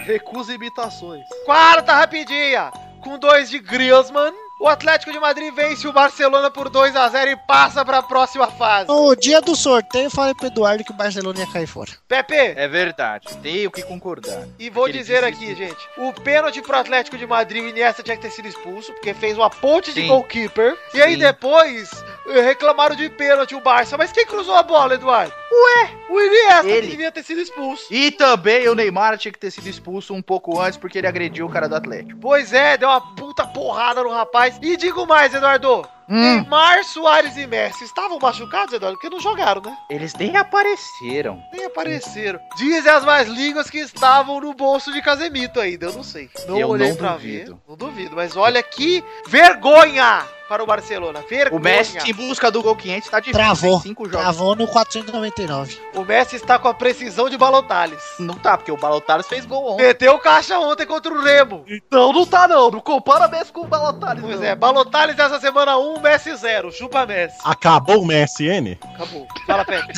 Speaker 6: Recusa imitações.
Speaker 4: Quarta rapidinha. Com dois de Griezmann, o Atlético de Madrid vence o Barcelona por 2 a 0 e passa para a próxima fase.
Speaker 5: No Então, dia do sorteio, eu falei pro Eduardo que o Barcelona ia cair fora.
Speaker 4: Pepe,
Speaker 6: É verdade, tenho que concordar.
Speaker 4: e vou
Speaker 6: Aquele
Speaker 4: dizer
Speaker 6: que
Speaker 4: aqui,
Speaker 6: se-
Speaker 4: gente, o pênalti pro Atlético de Madrid, o Iniesta tinha que ter sido expulso, porque fez uma ponte de
Speaker 6: Sim.
Speaker 4: goalkeeper. E aí
Speaker 6: Sim.
Speaker 4: depois eh, reclamaram de pênalti o Barça, mas quem cruzou a bola, Eduardo? Ué, o Iniesta
Speaker 6: Ele.
Speaker 4: que devia ter sido expulso.
Speaker 6: E também o Neymar tinha que ter sido expulso um pouco antes porque ele agrediu o cara do Atlético.
Speaker 4: Pois é, deu uma puta porrada no rapaz. E digo mais, Eduardo,
Speaker 6: Hum,
Speaker 4: Neymar, Soares e Messi estavam machucados, Eduardo, porque não jogaram, né?
Speaker 6: eles nem apareceram.
Speaker 4: Nem apareceram. Dizem as mais línguas que estavam no bolso de Casemito ainda. Eu não sei. Não
Speaker 6: Eu
Speaker 4: olhei
Speaker 6: não
Speaker 4: pra
Speaker 6: duvido.
Speaker 4: ver. Não duvido. Mas olha que vergonha para o Barcelona. Vergonha.
Speaker 6: O Messi em busca do gol 500 tá difícil.
Speaker 5: Travou.
Speaker 6: hein? Cinco jogos.
Speaker 5: Travou Tá, no 499.
Speaker 4: O Messi está com a precisão de Balotales.
Speaker 6: Não tá, porque o Balotares fez gol ontem.
Speaker 4: Meteu caixa ontem contra o Remo.
Speaker 6: Não, não tá não. Não compara Messi com o Balotares.
Speaker 4: Pois é, Balotales essa semana 1, Messi 0. Chupa Messi.
Speaker 3: Acabou o MSN?
Speaker 4: Acabou. Fala, Pepe.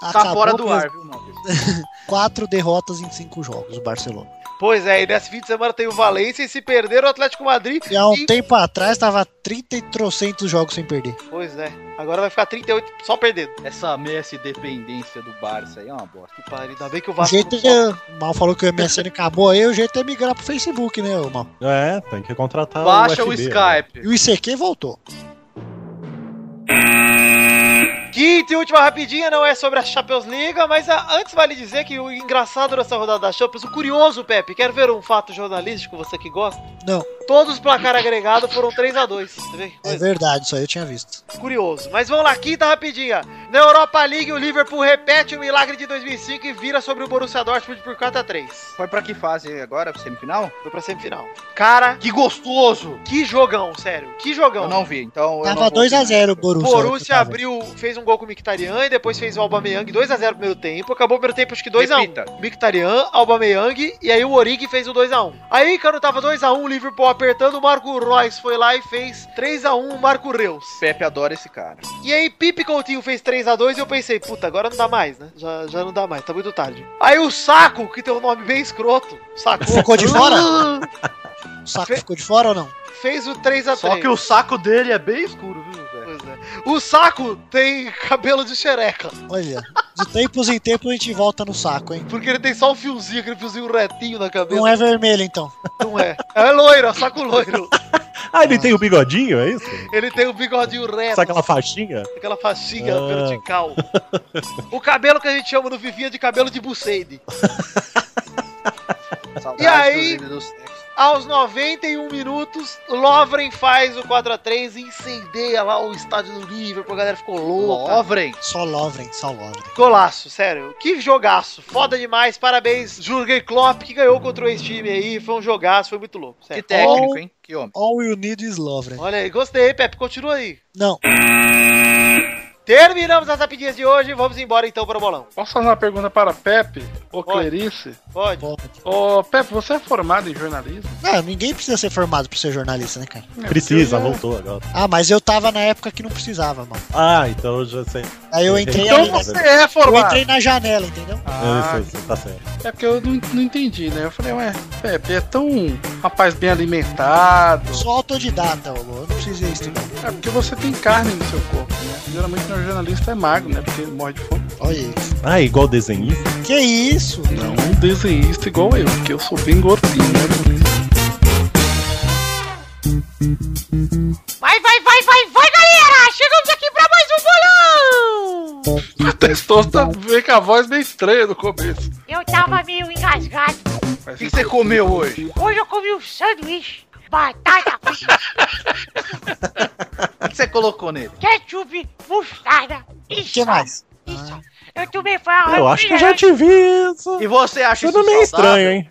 Speaker 6: Tá fora do
Speaker 5: mesmo.
Speaker 6: ar, viu, Maurício?
Speaker 5: Quatro derrotas em cinco jogos, o Barcelona.
Speaker 4: Pois é, e nesse fim de semana tem o Valência e se perder o Atlético Madrid.
Speaker 5: E há um
Speaker 4: E-
Speaker 5: tempo atrás tava 30 e trocentos jogos sem perder.
Speaker 4: Pois é, agora vai ficar 38 só perdendo.
Speaker 6: Essa Messi dependência do Barça aí é uma bosta.
Speaker 4: Que pariu, ainda bem que o
Speaker 5: O
Speaker 4: Vasco
Speaker 5: jeito
Speaker 4: não sofre.
Speaker 5: é- o Mal falou que o MSN acabou aí, o jeito é migrar pro Facebook, né, ô Mal?
Speaker 3: É, tem que contratar
Speaker 6: Baixa o,
Speaker 3: USB, né?
Speaker 6: Skype.
Speaker 5: E o ICQ voltou.
Speaker 4: Quinta e última rapidinha não é sobre a Champions League, mas ah, antes vale dizer que o engraçado dessa rodada da Champions, o curioso, Pepe, quero ver um fato jornalístico, você que gosta?
Speaker 5: Não.
Speaker 4: Todos os placar agregado foram 3 a 2 você vê? é,
Speaker 5: É verdade, isso aí eu tinha visto.
Speaker 4: Curioso. Mas vamos lá, quinta rapidinha. Na Europa League, o Liverpool repete o milagre de 2005 e vira sobre o Borussia Dortmund por 4 a 3
Speaker 6: Foi pra que fase agora? Semifinal?
Speaker 4: Foi pra semifinal. Cara,
Speaker 6: Que gostoso!
Speaker 4: que jogão, sério. Que jogão.
Speaker 6: Eu não vi, então. eu não
Speaker 5: Tava
Speaker 6: vou
Speaker 5: 2x0 o tá,
Speaker 4: O
Speaker 5: Borussia.
Speaker 4: Borussia
Speaker 5: Tava.
Speaker 4: abriu, fez um gol com o Mkhitaryan e depois fez o Aubameyang 2x0 no primeiro tempo. Acabou o primeiro tempo, acho que 2x1.
Speaker 6: Repita.
Speaker 4: Mkhitaryan, Aubameyang e aí o Origi fez o 2x1. Aí quando um. tava 2x1, o Liverpool apertando, o Marco Reus foi lá e fez 3x1 o Marco Reus.
Speaker 6: Pepe adora esse cara.
Speaker 4: E aí, Pipe Coutinho fez 3x2 e eu pensei, puta, agora não dá mais, né? Já, já não dá mais, tá muito tarde. Aí o Saco, que tem um nome bem escroto, sacou.
Speaker 5: Ficou de fora? O saco ficou de fora ou não?
Speaker 4: <laughs> Fez o 3x3.
Speaker 6: Só que o saco dele é bem escuro, viu, velho?
Speaker 4: Pois é. O Saco tem cabelo de xereca.
Speaker 5: Olha, de tempos em tempos a gente volta no saco, hein?
Speaker 4: Porque ele tem só um fiozinho, aquele fiozinho retinho na cabeça.
Speaker 5: Não é vermelho, então.
Speaker 4: Não é. É loiro, é saco loiro.
Speaker 3: Ah, ele tem o bigodinho, é isso?
Speaker 4: Ele tem o bigodinho reto.
Speaker 3: Sabe aquela faixinha?
Speaker 4: Aquela faixinha
Speaker 3: Ah.
Speaker 4: vertical. O cabelo que a gente chama no Vivinha de cabelo de Buceide.
Speaker 9: Saudades
Speaker 4: E aí?
Speaker 9: dos hinos do sexo.
Speaker 4: Aos 91 minutos, Lovren faz o 4x3 e incendeia lá o estádio do Liverpool. A galera ficou louca.
Speaker 6: Lovren.
Speaker 5: Só Lovren, só Lovren.
Speaker 4: Golaço, sério. Que jogaço. Foda demais. Parabéns, Jurgen Klopp, que ganhou contra esse time aí. Foi um jogaço, foi muito louco.
Speaker 6: Que
Speaker 4: sério.
Speaker 6: técnico, hein? Que homem.
Speaker 5: All you need is Lovren.
Speaker 4: Olha aí, gostei, Pepe. Continua aí.
Speaker 5: Não,
Speaker 4: Terminamos as rapidinhas de hoje. Vamos embora então para o bolão.
Speaker 7: Posso fazer uma pergunta para Pepe ou
Speaker 4: Pode.
Speaker 7: Clarice?
Speaker 4: Pode.
Speaker 5: volta.
Speaker 7: Ô, Pepe, você é formado em jornalismo?
Speaker 5: Não, ninguém precisa ser formado pra ser jornalista, né, cara?
Speaker 3: Precisa, voltou agora.
Speaker 5: Ah, mas eu tava na época que não precisava, mano.
Speaker 3: Ah, então eu já sei.
Speaker 5: Aí eu entrei
Speaker 7: Então
Speaker 5: ali-
Speaker 7: você é
Speaker 5: Eu
Speaker 7: formado.
Speaker 5: entrei na janela, entendeu?
Speaker 7: Ah,
Speaker 3: Eu sei, você tá certo.
Speaker 7: é porque eu não, não entendi, né? Eu falei, ué, Pepe é tão rapaz bem alimentado.
Speaker 5: Sou autodidata, ô, Lô. Eu não precisei estudar.
Speaker 7: É porque você tem carne no seu corpo, né? Geralmente o jornalista é magro, né? Porque ele morre de fome.
Speaker 5: Olha isso.
Speaker 3: Ah, igual desenhista?
Speaker 5: Que isso?
Speaker 7: Não um desenhista igual eu, porque eu sou bem gordinho, né? Por <laughs> isso.
Speaker 8: Vai, vai, vai, vai, vai, galera! Chegamos aqui pra mais um bolão!
Speaker 7: O Testoso tá vem com a voz meio estranha no começo.
Speaker 8: Eu tava meio engasgado.
Speaker 7: Mas
Speaker 6: O que que você comeu hoje?
Speaker 8: Hoje eu comi um sanduíche, batata frita,
Speaker 6: O que você colocou nele?
Speaker 8: ketchup, mostarda e
Speaker 5: O que
Speaker 8: sal.
Speaker 5: mais?
Speaker 8: E sal. Eu também foi uma
Speaker 3: Eu acho que eu já te vi isso.
Speaker 6: E você acha
Speaker 3: Tudo meio estranho, hein?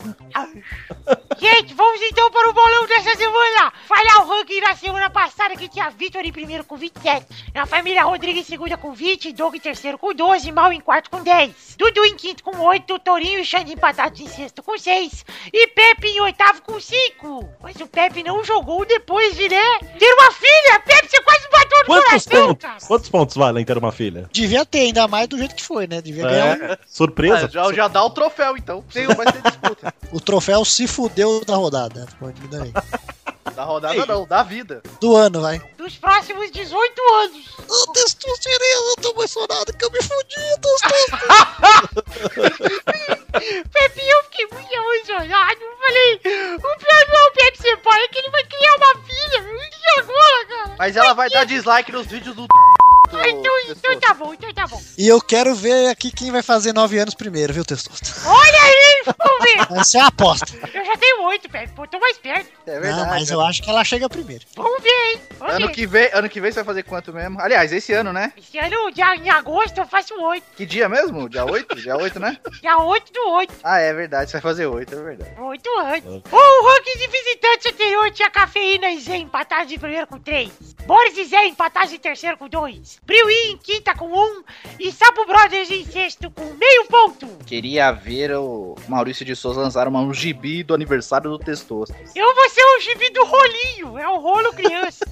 Speaker 8: Gente, vamos então para o bolão dessa semana. Falhar o ranking da semana passada que tinha Vitor em primeiro com 27. Na família Rodrigo em segunda com 20, Doug em terceiro com 12, Mal em quarto com 10. Dudu em quinto com 8, Torinho e Xande empatados em sexto com 6. E Pepe em oitavo com 5. Mas o Pepe não jogou depois de, né? Ter uma filha! Pepe, você quase bateu no
Speaker 3: Quantos
Speaker 8: coração, cara!
Speaker 3: pontos? Quantos pontos valem ter uma filha?
Speaker 5: Devia ter, ainda mais do jeito que foi, né? Devia ganhar
Speaker 3: É, surpresa.
Speaker 6: Ah, já, já dá o troféu, então. Tem, vai
Speaker 4: um-
Speaker 6: ter disputa.
Speaker 5: o, o troféu se fudeu da rodada. Pô, me dá aí.
Speaker 6: Da rodada não, da vida.
Speaker 5: Do ano, vai.
Speaker 8: Dos próximos 18 anos.
Speaker 5: Ô, Testoso, eu tô emocionado que eu me fudi, Testoso.
Speaker 8: Pepe, eu fiquei muito emocionado. Eu falei, o pior não é o Pepe ser pai, é que ele vai criar uma filha. meu. E agora, cara?
Speaker 6: Mas ela vai dar dislike nos vídeos
Speaker 4: <laughs>
Speaker 6: do.
Speaker 8: Ah, então, então tá bom, então tá bom.
Speaker 5: E eu quero ver aqui quem vai fazer nove anos primeiro, viu, Testoso?
Speaker 8: Olha aí, vamos ver.
Speaker 5: Essa é a aposta. <laughs>
Speaker 8: Eu já tenho oito, Pepe, pô, tô mais perto.
Speaker 6: É
Speaker 5: Não, mas eu acho que ela chega primeiro.
Speaker 8: Vamos ver, hein? Vamos
Speaker 6: Ano
Speaker 8: ver.
Speaker 6: que, vem, ano que vem você vai fazer quanto mesmo? Aliás, esse ano, né?
Speaker 8: Esse ano, dia, em agosto, eu faço oito.
Speaker 6: Que dia mesmo? Dia 8? Dia 8, né?
Speaker 8: Dia 8 do 8.
Speaker 6: Ah, é verdade, você vai fazer 8, é verdade.
Speaker 8: Oito anos. O ranking de visitantes anterior tinha Cafeína e Zé empatados em primeiro com três. Boris e Zé empatados em terceiro com dois. Briuí em quinta com um. E Sapo Brothers em sexto com meio ponto.
Speaker 6: Queria ver o Maurício de Souza lançar uma, um gibi do aniversário do Testoso.
Speaker 8: Eu vou ser o gibi do rolinho. É o rolo criança.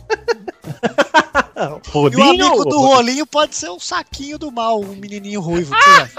Speaker 5: E o
Speaker 3: Rodinho
Speaker 5: amigo
Speaker 3: ou
Speaker 5: do rolinho pode ser o saquinho do mal, um menininho ruivo. sei lá.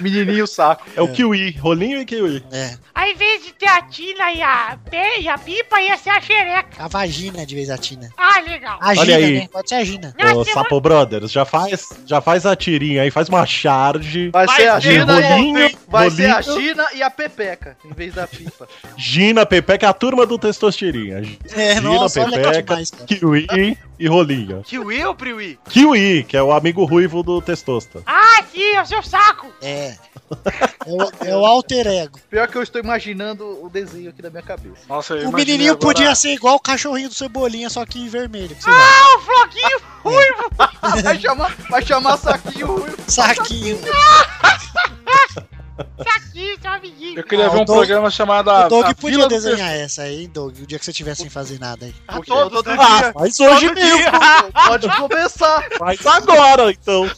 Speaker 6: Menininho saco.
Speaker 3: É o Kiwi, rolinho e Kiwi.
Speaker 5: É,
Speaker 8: Aí, em vez de ter a Tina e a, Pe- e a Pipa, ia ser a xereca.
Speaker 5: a vagina de vez a Tina.
Speaker 8: Ah, legal.
Speaker 5: A
Speaker 3: Olha
Speaker 5: Gina,
Speaker 3: aí.
Speaker 5: né? Pode ser a Gina.
Speaker 8: Na
Speaker 3: Ô,
Speaker 8: semana-
Speaker 3: Sapo Brothers, já faz, já faz a tirinha aí, faz uma charge.
Speaker 6: Vai, ser a
Speaker 3: de
Speaker 6: China
Speaker 3: rolinho,
Speaker 6: e a, vai ser a
Speaker 3: rolinho.
Speaker 6: China e a Pepeca, em vez da pipa.
Speaker 3: Gina, Pepeca, é a turma do Testostirinha.
Speaker 5: É,
Speaker 3: Gina,
Speaker 5: nossa, olha que
Speaker 3: Pepeca.
Speaker 5: demais, cara.
Speaker 3: Kiwi e rolinho.
Speaker 6: Kiwi ou Priwi?
Speaker 3: Kiwi, que é o amigo ruivo do Testosta.
Speaker 8: Ah, sim, é o seu saco.
Speaker 5: É. É o, é o alter ego.
Speaker 6: Pior que eu estou imaginando o desenho aqui da minha cabeça.
Speaker 7: Nossa, eu
Speaker 5: O
Speaker 7: imaginei
Speaker 5: menininho
Speaker 7: agora-
Speaker 5: podia ser igual o cachorrinho do Cebolinha, só que vermelho. que sei lá.
Speaker 8: Ah, o floquinho ruivo.
Speaker 6: Vai chamar, vai chamar saquinho ruim.
Speaker 5: Saquinho.
Speaker 8: Saquinho, seu amiguinho.
Speaker 7: Eu queria
Speaker 5: Ah,
Speaker 7: ver
Speaker 5: o
Speaker 7: um
Speaker 5: Doug-
Speaker 7: programa chamado
Speaker 5: O
Speaker 7: A,
Speaker 5: Doug
Speaker 7: a
Speaker 5: podia
Speaker 7: Vila do
Speaker 5: desenhar essa aí, hein, Doug, o dia que você estiver sem fazer nada aí. Ah,
Speaker 6: A todos, todo dia.
Speaker 5: Mas hoje mesmo.
Speaker 6: Pode começar. Tá
Speaker 3: Mas agora, então.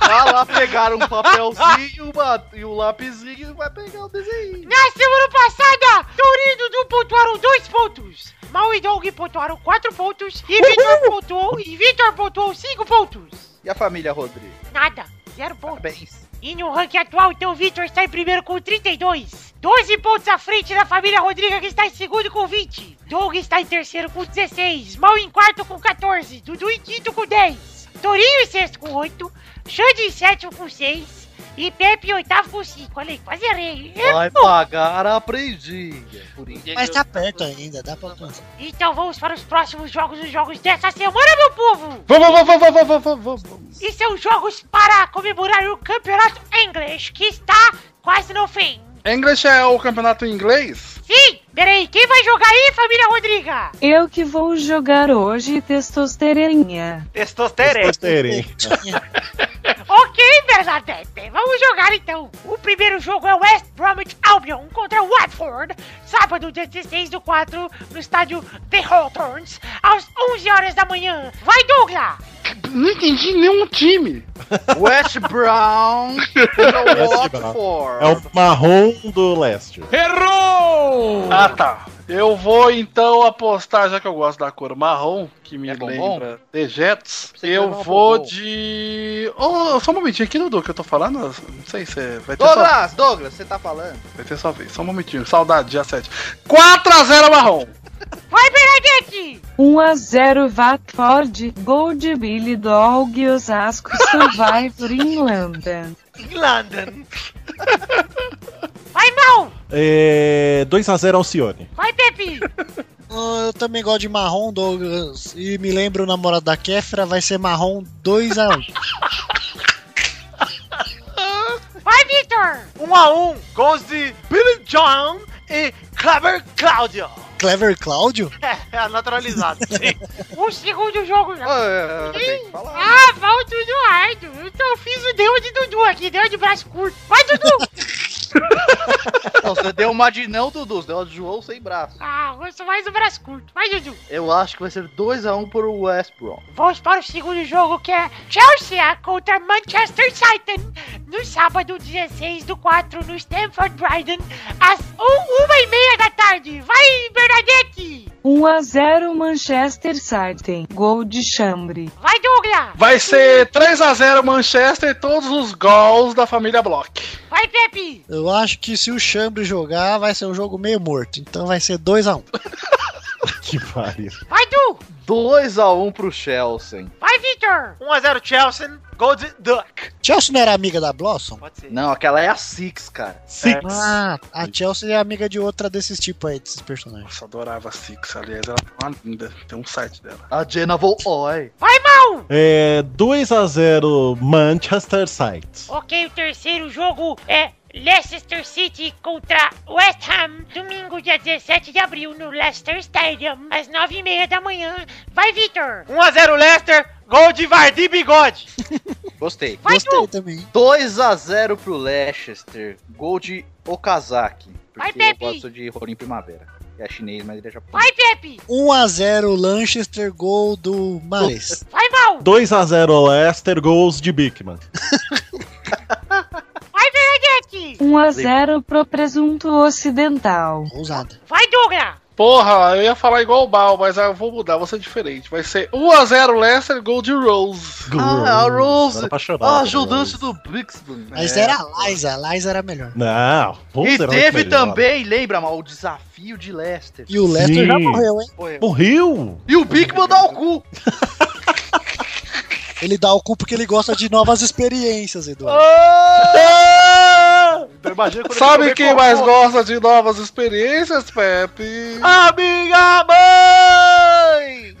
Speaker 6: Vai lá pegar um papelzinho, o, bat- e o lápis vai pegar o desenho.
Speaker 8: Na semana passada, Torinho e Dudu pontuaram dois pontos. Mal e Doug pontuaram quatro pontos. E Vitor pontuou, e Vitor pontuou cinco pontos.
Speaker 6: E a família Rodrigo?
Speaker 8: Nada. Zero pontos.
Speaker 6: Parabéns.
Speaker 8: E no ranking atual, então, o Vitor está em primeiro com 32. 12 pontos à frente da família Rodriga, que está em segundo com 20. Doug está em terceiro com 16. Mal em quarto com 14. Dudu em quinto com 10. Torinho em sexto com 8. Xande em sétimo com 6. E Pepe em oitavo com 5. Olha aí, quase errei. hein?
Speaker 4: Vai pagar a prendinha. Por isso.
Speaker 5: Mas tá perto ainda, dá pra alcançar.
Speaker 8: Então vamos para os próximos jogos, os jogos dessa semana, meu povo!
Speaker 7: Vamos, vamos, vamos, vamos, vamos, vamos, vamos.
Speaker 8: E são jogos para comemorar o campeonato inglês, que está quase no fim.
Speaker 7: English é o campeonato em inglês?
Speaker 8: Sim! Peraí, quem vai jogar aí, família Rodriga?
Speaker 10: Eu que vou jogar hoje testosterinha.
Speaker 4: Testosterone.
Speaker 3: Terem.
Speaker 8: ok, Bernadette, vamos jogar então. O primeiro jogo é West Bromwich Albion contra Watford, sábado 16 do 4, no estádio The Hawthorns, às 11 horas da manhã. Vai, Douglas!
Speaker 7: Não entendi nenhum time.
Speaker 6: West Brown contra
Speaker 3: Brown.
Speaker 6: Watford.
Speaker 3: É o marrom do leste.
Speaker 7: Ah, tá. Eu vou então apostar, já que eu gosto da cor marrom, que me
Speaker 4: É bombom?
Speaker 7: lembra dejetos.
Speaker 4: Você
Speaker 7: Eu
Speaker 4: quer dar um
Speaker 7: vou
Speaker 4: bombom?
Speaker 7: de. Oh, só um momentinho aqui, Dudu, que eu tô falando. eu Não sei se é- vai ter, só...
Speaker 6: Douglas, Douglas, você tá falando?
Speaker 7: vai ter só vez. Só um momentinho. Saudade, dia 7. 4x0 marrom.
Speaker 8: Vai, Bernadette!
Speaker 10: 1x0 Watford, gol de Billy Dog e Osasco Survivor em London.
Speaker 4: Em London.
Speaker 8: Vai, Mal!
Speaker 3: É, 2x0 Alcione. <laughs>
Speaker 8: Vai, Pepe!
Speaker 5: Ah, Eu também gosto de marrom, Douglas. E me lembro o namorado da Kéfera, vai ser marrom
Speaker 7: <laughs>
Speaker 5: 2x1.
Speaker 8: Vai, Victor!
Speaker 4: 1 a 1 Gols de Billy John e Clever Claudio. <laughs>
Speaker 5: Clever Cláudio?
Speaker 4: É, é naturalizado.
Speaker 8: O segundo jogo já.
Speaker 6: Ah, tem que falar.
Speaker 8: Ah, volta o Eduardo. Então eu fiz o deu de Dudu aqui, deu de braço curto. Vai, Dudu!
Speaker 6: Não, você deu uma de não, Dudu. Você deu uma de João sem braço.
Speaker 8: ah, eu sou mais o braço curto. Vai, Dudu.
Speaker 6: Eu acho que vai ser 2x1 pro West Brom.
Speaker 8: Vamos para o segundo jogo que é Chelsea contra Manchester United no sábado 16 do 4 no Stamford Bridge às 1h30 da tarde. Vai, Bernadette!
Speaker 10: 1x0 Manchester City, gol de Chambre.
Speaker 8: Vai, Douglas!
Speaker 7: <laughs> Vai ser 3x0 Manchester e todos os gols da família Block.
Speaker 8: Vai, Pepe!
Speaker 5: Eu acho que se o Chambre jogar, vai ser um jogo meio morto. Então vai ser 2x1.
Speaker 3: Que pariu.
Speaker 8: Vai, Du!
Speaker 6: 2x1 pro Chelsea.
Speaker 8: Vai, Victor!
Speaker 4: 1 a 0 Chelsea. Gol de Duck.
Speaker 5: Chelsea não era amiga da Blossom?
Speaker 4: Pode ser.
Speaker 6: Não, aquela é a Six, cara.
Speaker 3: Six.
Speaker 5: Ah, a Chelsea é amiga de outra desses tipos aí, desses personagens.
Speaker 7: Nossa, adorava a Six, aliás, ela é uma linda. Tem um site dela.
Speaker 6: A Jenna Oi.
Speaker 8: Vai, Mal!
Speaker 3: É, 2x0 Manchester City.
Speaker 8: Ok, o terceiro jogo é Leicester City contra West Ham, domingo dia 17 de abril no Leicester Stadium, às 9h30 da manhã. Vai, Victor!
Speaker 4: 1 a 0 Leicester. Gol de Vardy Bigode.
Speaker 6: Gostei.
Speaker 8: Vai,
Speaker 5: Gostei
Speaker 8: Du!
Speaker 5: também.
Speaker 6: 2x0 pro Leicester. Gol de Okazaki.
Speaker 8: Vai,
Speaker 6: Porque eu
Speaker 8: Pepe.
Speaker 6: gosto de Rolim Primavera. É chinês, mas ele é japonês.
Speaker 8: Vai, Pepe!
Speaker 5: 1x0 Lanchester, gol do Mares.
Speaker 8: Vai, Mal!
Speaker 3: 2x0 Leicester, gols de Bickman.
Speaker 8: Vai, Bernadette!
Speaker 10: 1x0 pro presunto ocidental.
Speaker 5: Ousada.
Speaker 8: Vai, Douglas!
Speaker 7: Porra, eu ia falar igual o Bal, mas eu vou mudar, vou ser diferente. Vai ser 1x0 Leicester, gol de Rose.
Speaker 6: Ah, a Rose.
Speaker 3: Era né? apaixonado
Speaker 6: Ah,
Speaker 3: pela
Speaker 6: ajudante
Speaker 3: Rose.
Speaker 6: do Brixton.
Speaker 5: Mas era a Liza, a Liza era melhor.
Speaker 3: Não, Rose
Speaker 6: E
Speaker 3: era muito
Speaker 6: teve
Speaker 3: melhor.
Speaker 6: também, lembra, mal, o desafio de Leicester.
Speaker 5: E o Lester
Speaker 3: Sim.
Speaker 5: já morreu, hein?
Speaker 3: Morreu!
Speaker 6: E o Bigman dá o cu.
Speaker 5: Ele dá o cu porque ele gosta de novas experiências, Eduardo.
Speaker 7: Sabe quem mais gosta de novas experiências, Pepe?
Speaker 4: A minha mãe.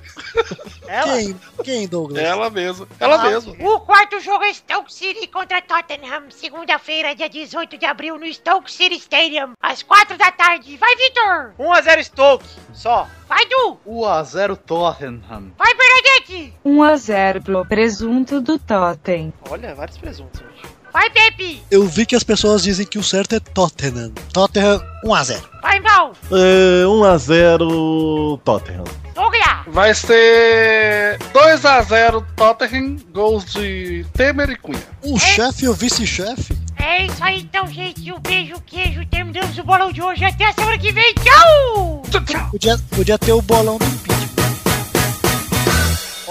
Speaker 4: <laughs> Ela?
Speaker 5: Quem? Quem, Douglas?
Speaker 7: Ela mesma,
Speaker 4: ah.
Speaker 7: ela mesma.
Speaker 8: O quarto jogo é Stoke City contra Tottenham, segunda-feira, dia 18 de abril, no Stoke City Stadium, às 4 da tarde. Vai, Victor!
Speaker 4: 1 a 0 Stoke. Só.
Speaker 8: Vai, Du!
Speaker 6: 1x0 Tottenham.
Speaker 8: Vai, Bernadette!
Speaker 10: 1x0 pro presunto do Totem.
Speaker 4: Olha, vários presuntos hoje.
Speaker 8: Vai, Pepe!
Speaker 5: Eu vi que as pessoas dizem que o certo é Tottenham. Tottenham 1x0.
Speaker 8: Vai, Mal!
Speaker 3: É, 1x0 Tottenham.
Speaker 8: Douglas!
Speaker 7: Vai ser 2x0 Tottenham, gols de Temer e Cunha.
Speaker 5: O chefe e o vice-chefe?
Speaker 8: É isso aí então, gente. Um beijo, queijo. Terminamos o bolão de hoje. Até a semana que vem. Tchau!
Speaker 5: Podia, podia ter o bolão do impeachment.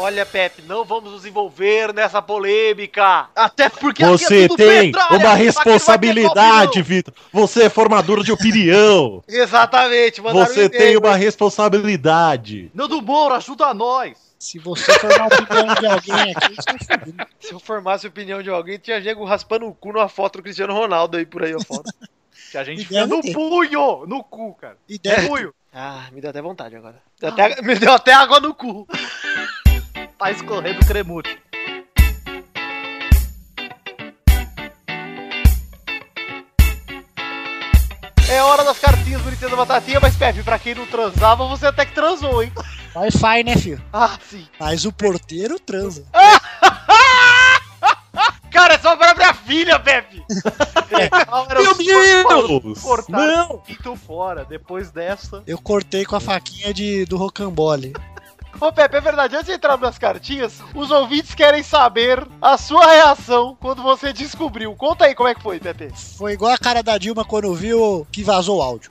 Speaker 4: Olha, Pepe, não vamos nos envolver nessa polêmica.
Speaker 6: Até porque é
Speaker 5: é
Speaker 3: Você tem uma
Speaker 6: responsabilidade,
Speaker 3: responsabilidade, Vitor. Você é formador de
Speaker 5: <laughs>
Speaker 3: opinião.
Speaker 4: Exatamente, mandaram um
Speaker 3: Você
Speaker 4: e-mail,
Speaker 5: né?
Speaker 3: tem uma
Speaker 4: hein?
Speaker 3: responsabilidade.
Speaker 6: Nando Moura, ajuda nós.
Speaker 5: Se você formar opinião de alguém aqui, você tá fudido.
Speaker 4: Se eu formasse a opinião de alguém, tinha nego raspando o cu numa foto do Cristiano Ronaldo aí por aí, a foto.
Speaker 6: Tinha gente
Speaker 5: E
Speaker 6: fica
Speaker 5: deve
Speaker 6: no
Speaker 5: ter.
Speaker 6: punho, no cu, cara.
Speaker 5: E
Speaker 7: É.
Speaker 5: deve
Speaker 6: No punho.
Speaker 4: Ah, me deu até vontade agora. Deu até- me deu até água no cu.
Speaker 6: Tá escorrendo cremute.
Speaker 4: É hora das cartinhas bonitinhas da batatinha, mas Pepe, pra quem não transava, você até que transou, hein?
Speaker 5: Wi-Fi, né, filho?
Speaker 4: Ah, sim.
Speaker 5: Mas o porteiro transa.
Speaker 4: Cara, é só pra minha filha, Pepe! <laughs>
Speaker 6: Era
Speaker 3: É.
Speaker 4: um
Speaker 3: Meu Deus!
Speaker 6: cortar.
Speaker 3: Não!
Speaker 6: Pinto fora, depois dessa.
Speaker 5: Eu cortei com a faquinha de, do rocambole.
Speaker 4: Ô, Pepe, é verdade, antes de entrar nas cartinhas, os ouvintes querem saber a sua reação quando você descobriu. Conta aí como é que foi, Pepe.
Speaker 5: Foi igual a cara da Dilma quando viu que vazou o áudio.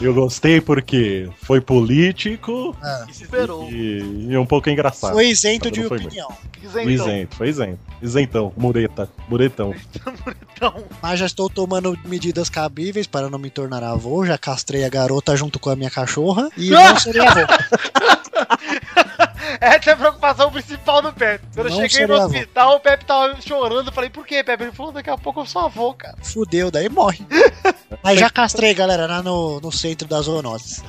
Speaker 3: Eu gostei porque foi político
Speaker 6: E se esperou.
Speaker 3: e, e um pouco engraçado.
Speaker 5: Foi isento então. de
Speaker 3: Não foi bem.
Speaker 5: opinião.
Speaker 4: Isentão.
Speaker 3: Isento, foi isento. Isentão, mureta, muretão.
Speaker 4: Então,
Speaker 5: Mas já estou tomando medidas cabíveis para não me tornar avô. Já castrei a garota junto com a minha cachorra e não serei avô.
Speaker 4: <laughs> Essa é a preocupação principal do Pepe. Quando eu
Speaker 5: Não
Speaker 4: cheguei
Speaker 5: seria
Speaker 4: no
Speaker 5: avô.
Speaker 4: hospital, o Pepe tava chorando. Eu falei, por quê, Pepe? Ele falou, daqui a pouco eu sou avô, cara.
Speaker 5: Fudeu, daí morre. Mas já castrei, galera, lá no, no centro da zoonose.